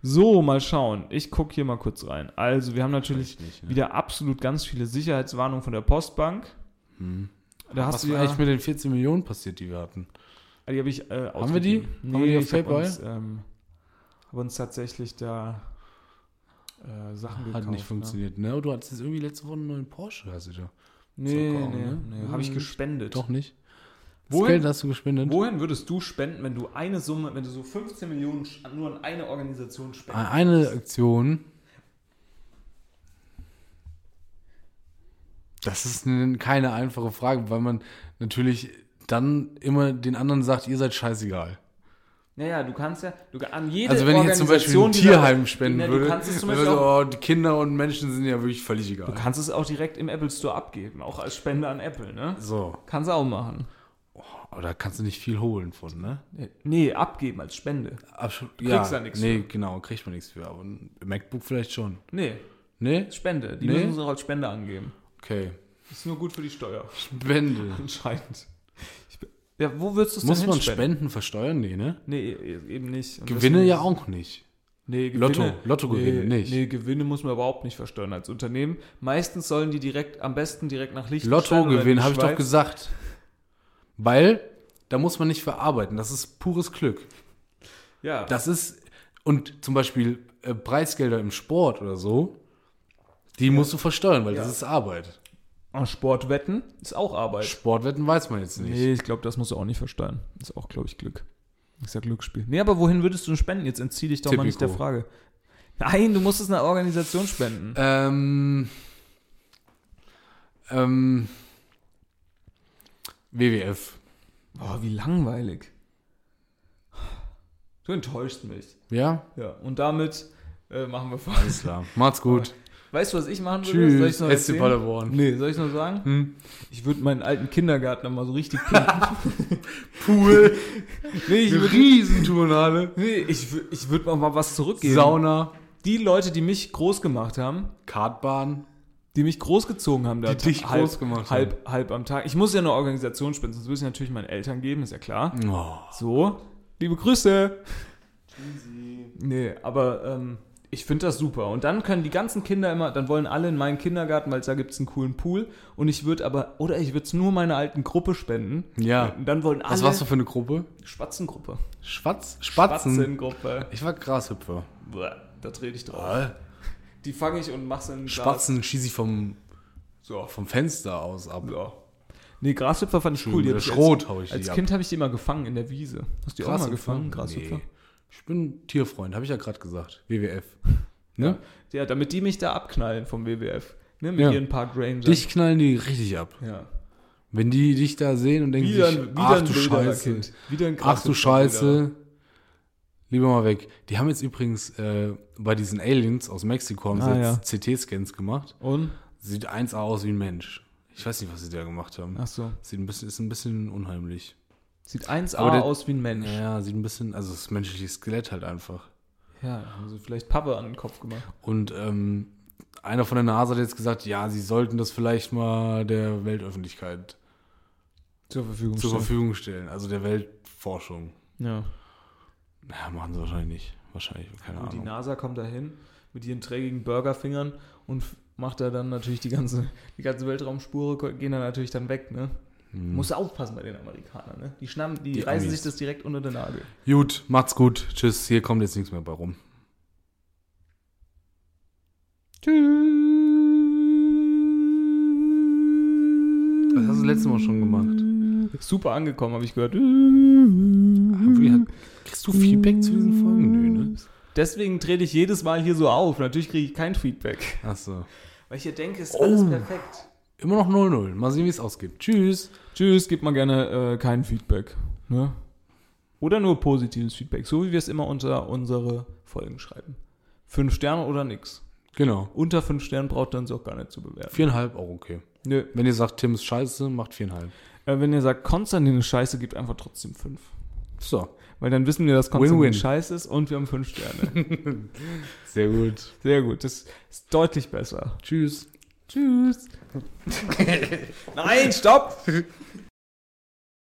Speaker 3: So, mal schauen. Ich gucke hier mal kurz rein. Also, wir haben natürlich
Speaker 4: Nicht, ne?
Speaker 3: wieder absolut ganz viele Sicherheitswarnungen von der Postbank.
Speaker 4: Hm?
Speaker 3: Da hast
Speaker 4: Was
Speaker 3: du
Speaker 4: war
Speaker 3: ja,
Speaker 4: eigentlich mit den 14 Millionen passiert, die wir hatten?
Speaker 3: die habe ich, äh,
Speaker 4: Haben wir die?
Speaker 3: ausgegeben.
Speaker 4: Haben wir die
Speaker 3: Nee,
Speaker 4: auf
Speaker 3: ich habe
Speaker 4: PayPal?
Speaker 3: uns, ähm, hab uns tatsächlich da äh, Sachen gekauft.
Speaker 4: Hat nicht
Speaker 3: ne?
Speaker 4: funktioniert, ne? Und Du hattest jetzt irgendwie letzte Woche einen neuen Porsche, hast du da.
Speaker 3: Nee,
Speaker 4: So, komm,
Speaker 3: nee,
Speaker 4: ne?
Speaker 3: nee. Habe ich gespendet.
Speaker 4: Doch nicht. Das
Speaker 3: Wohin,
Speaker 4: Geld hast du gespendet?
Speaker 3: wohin würdest du spenden, wenn du eine Summe, wenn du so 15 Millionen sch- nur an eine Organisation
Speaker 4: Ah.
Speaker 3: spendest?
Speaker 4: Eine Aktion. Das ist n- keine einfache Frage, weil man natürlich dann immer den anderen sagt, ihr seid scheißegal.
Speaker 3: Naja, du kannst ja du, an jede
Speaker 4: Also wenn ich jetzt zum Beispiel
Speaker 3: Organisation,
Speaker 4: ein
Speaker 3: die da-
Speaker 4: Tierheim spenden
Speaker 3: die- na,
Speaker 4: würde,
Speaker 3: Du kannst es zum
Speaker 4: dann
Speaker 3: Beispiel
Speaker 4: würde
Speaker 3: auch,
Speaker 4: ich, oh, die Kinder und Menschen sind ja wirklich völlig egal.
Speaker 3: du kannst es auch direkt im Apple Store abgeben, auch als Spende an Apple, ne?
Speaker 4: so,
Speaker 3: Kannst du auch machen.
Speaker 4: aber da kannst du nicht viel holen von, ne?
Speaker 3: Nee, abgeben als Spende.
Speaker 4: Absolut.
Speaker 3: kriegst da nichts
Speaker 4: Nee, genau, kriegt man nichts für, aber ein MacBook vielleicht schon.
Speaker 3: Nee,
Speaker 4: Nee?
Speaker 3: Spende. Die
Speaker 4: Nee.
Speaker 3: müssen sie auch als Spende angeben.
Speaker 4: Okay.
Speaker 3: Ist nur gut für die Steuer.
Speaker 4: Spende.
Speaker 3: Anscheinend. Ich bin- Ja, wo würdest du es
Speaker 4: Muss
Speaker 3: denn
Speaker 4: man
Speaker 3: hinspenden?
Speaker 4: Spenden versteuern? Nee, ne?
Speaker 3: Nee, e- eben nicht. Und
Speaker 4: Gewinne
Speaker 3: deswegen-
Speaker 4: ja auch nicht.
Speaker 3: Nee,
Speaker 4: Lotto- Lottogewinne
Speaker 3: nee,
Speaker 4: nicht.
Speaker 3: Nee, Gewinne muss man überhaupt nicht versteuern als Unternehmen. Meistens sollen die direkt, am besten direkt nach Liechtenstein oder in die
Speaker 4: Lottogewinn, habe ich doch
Speaker 3: Schweiz.
Speaker 4: gesagt. Weil da muss man nicht verarbeiten. Das ist pures Glück.
Speaker 3: Ja,
Speaker 4: Das ist, und zum Beispiel äh, Preisgelder im Sport oder so, die musst du versteuern, weil das ist Arbeit.
Speaker 3: Und Sportwetten ist auch Arbeit.
Speaker 4: Sportwetten weiß man jetzt nicht.
Speaker 3: Nee, ich glaube, das musst du auch nicht versteuern. Ist auch, glaube ich, Glück. Ist ja Glücksspiel. Nee, aber wohin würdest du denn spenden? Jetzt entzieh dich doch mal nicht der
Speaker 4: Tipico.
Speaker 3: Frage. Nein, du musst es einer Organisation spenden.
Speaker 4: Ähm, ähm, WWF.
Speaker 3: Oh, wie langweilig. Du enttäuschst mich.
Speaker 4: Ja?
Speaker 3: Ja, und damit äh, machen wir vor.
Speaker 4: Alles klar. Macht's gut.
Speaker 3: Weißt du, was ich machen würde? Soll ich's
Speaker 4: Tschüss,
Speaker 3: noch
Speaker 4: SC
Speaker 3: erzählen?
Speaker 4: Paderborn.
Speaker 3: Nee, soll ich nur sagen? Ich würde meinen alten Kindergarten nochmal so richtig pinken.
Speaker 4: Pool,
Speaker 3: nee, ich
Speaker 4: eine
Speaker 3: würde
Speaker 4: Riesenturnhalle,
Speaker 3: nee, ich, wür- ich würd auch mal was zurückgeben.
Speaker 4: Sauna,
Speaker 3: Die Leute, die mich groß gemacht haben,
Speaker 4: Kartbahn.
Speaker 3: die mich großgezogen haben, da
Speaker 4: Die dich
Speaker 3: halb,
Speaker 4: groß gemacht
Speaker 3: halb, haben. Halb am Tag. Ich muss ja eine Organisation spinnen, sonst würde ich natürlich meinen Eltern geben, ist ja klar. Oh. So, liebe Grüße. Nee, aber ähm, ich finde das super. Und dann können die ganzen Kinder immer, dann wollen alle in meinen Kindergarten, weil da gibt es einen coolen Pool. Und ich würde aber, oder ich würde es nur meiner alten Gruppe spenden.
Speaker 4: Ja.
Speaker 3: Und dann wollen alle.
Speaker 4: Was warst du für eine Gruppe?
Speaker 3: Spatzengruppe.
Speaker 4: Schwatz? Spatzen.
Speaker 3: Spatzengruppe.
Speaker 4: Ich war Grashüpfer.
Speaker 3: Bäh, Da trete ich drauf. Die fange ich und mach's in den Glas.
Speaker 4: Spatzen schieße ich vom, so, vom Fenster aus ab.
Speaker 3: Ja. Nee, Grashüpfer fand ich
Speaker 4: Schön
Speaker 3: cool. Die
Speaker 4: mit
Speaker 3: hab ich
Speaker 4: Schrot
Speaker 3: als,
Speaker 4: hau ich die
Speaker 3: Als
Speaker 4: ab.
Speaker 3: Kind habe ich die immer gefangen in der Wiese. Hast du die auch mal gefangen, Grashüpfer?
Speaker 4: Nee. Ich bin Tierfreund, habe ich ja gerade gesagt. WWF. Ne?
Speaker 3: Ja, damit die mich da abknallen vom WWF. Ne, mit
Speaker 4: Ja.
Speaker 3: ihren Park Rangers.
Speaker 4: Dich knallen die richtig ab.
Speaker 3: Ja.
Speaker 4: Wenn die dich da sehen und denken
Speaker 3: Wieder,
Speaker 4: sich,
Speaker 3: ein- wieder
Speaker 4: ach
Speaker 3: ein
Speaker 4: du
Speaker 3: Bildererkind.
Speaker 4: Scheiße.
Speaker 3: Wieder ein
Speaker 4: Ach du
Speaker 3: Grashüpfer, Bilder.
Speaker 4: Scheiße. Lieber mal weg. Die haben jetzt übrigens äh, bei diesen Aliens aus Mexiko haben sie
Speaker 3: Ah,
Speaker 4: jetzt CT-Scans gemacht.
Speaker 3: Und?
Speaker 4: Sieht 1A aus wie ein Mensch. Ich weiß nicht, was sie da gemacht haben.
Speaker 3: Ach so.
Speaker 4: Sieht ein bisschen, ist ein bisschen unheimlich.
Speaker 3: Sieht 1A
Speaker 4: Aber der-
Speaker 3: aus wie ein Mensch.
Speaker 4: Ja, sieht ein bisschen, also das menschliche Skelett halt einfach.
Speaker 3: Ja, haben sie vielleicht Pappe an den Kopf gemacht.
Speaker 4: Und ähm, einer von der NASA hat jetzt gesagt, ja, sie sollten das vielleicht mal der Weltöffentlichkeit
Speaker 3: Zur Verfügung
Speaker 4: zur
Speaker 3: stellen.
Speaker 4: Verfügung stellen, also der Weltforschung.
Speaker 3: Ja.
Speaker 4: Naja, machen sie wahrscheinlich nicht. Wahrscheinlich, keine
Speaker 3: Und die
Speaker 4: Ahnung.
Speaker 3: NASA kommt da hin mit ihren trägigen Burgerfingern und f- macht da dann natürlich die ganze, die ganze Weltraumspure, ko- gehen da natürlich dann weg, ne? Musst du aufpassen bei den Amerikanern, ne? Die, schnappen, die,
Speaker 4: Hm. Die
Speaker 3: reißen
Speaker 4: Amis.
Speaker 3: sich das direkt unter den Nagel.
Speaker 4: Gut, macht's gut. Tschüss, hier kommt jetzt nichts mehr bei rum. Tschüss. Das hast du das letzte Mal schon gemacht.
Speaker 3: Super angekommen, habe ich gehört.
Speaker 4: Haben wir- Kriegst du Feedback zu diesen Folgen? Nö, ne?
Speaker 3: Deswegen trete ich jedes Mal hier so auf. Natürlich kriege ich kein Feedback.
Speaker 4: Achso.
Speaker 3: Weil ich hier denke,
Speaker 4: Oh.
Speaker 3: ist alles perfekt.
Speaker 4: Immer noch 0-0. Mal sehen, wie es ausgeht. Tschüss.
Speaker 3: Tschüss, gebt mal gerne äh, kein Feedback. Ne? Oder nur positives Feedback, so wie wir es immer unter unsere Folgen schreiben. Fünf Sterne oder nix.
Speaker 4: Genau.
Speaker 3: Unter fünf Sternen braucht ihr uns auch gar nicht zu bewerten.
Speaker 4: Viereinhalb auch okay.
Speaker 3: Nö.
Speaker 4: Wenn ihr sagt, Tim ist scheiße, macht viereinhalb.
Speaker 3: Äh, wenn ihr sagt, Konstantin ist scheiße, gebt einfach trotzdem fünf.
Speaker 4: So.
Speaker 3: Weil dann wissen wir, dass Konstantin
Speaker 4: Win-win.
Speaker 3: scheiße ist und wir haben fünf Sterne.
Speaker 4: Sehr gut.
Speaker 3: Sehr gut, das ist deutlich besser.
Speaker 4: Tschüss.
Speaker 3: Tschüss. Nein, stopp!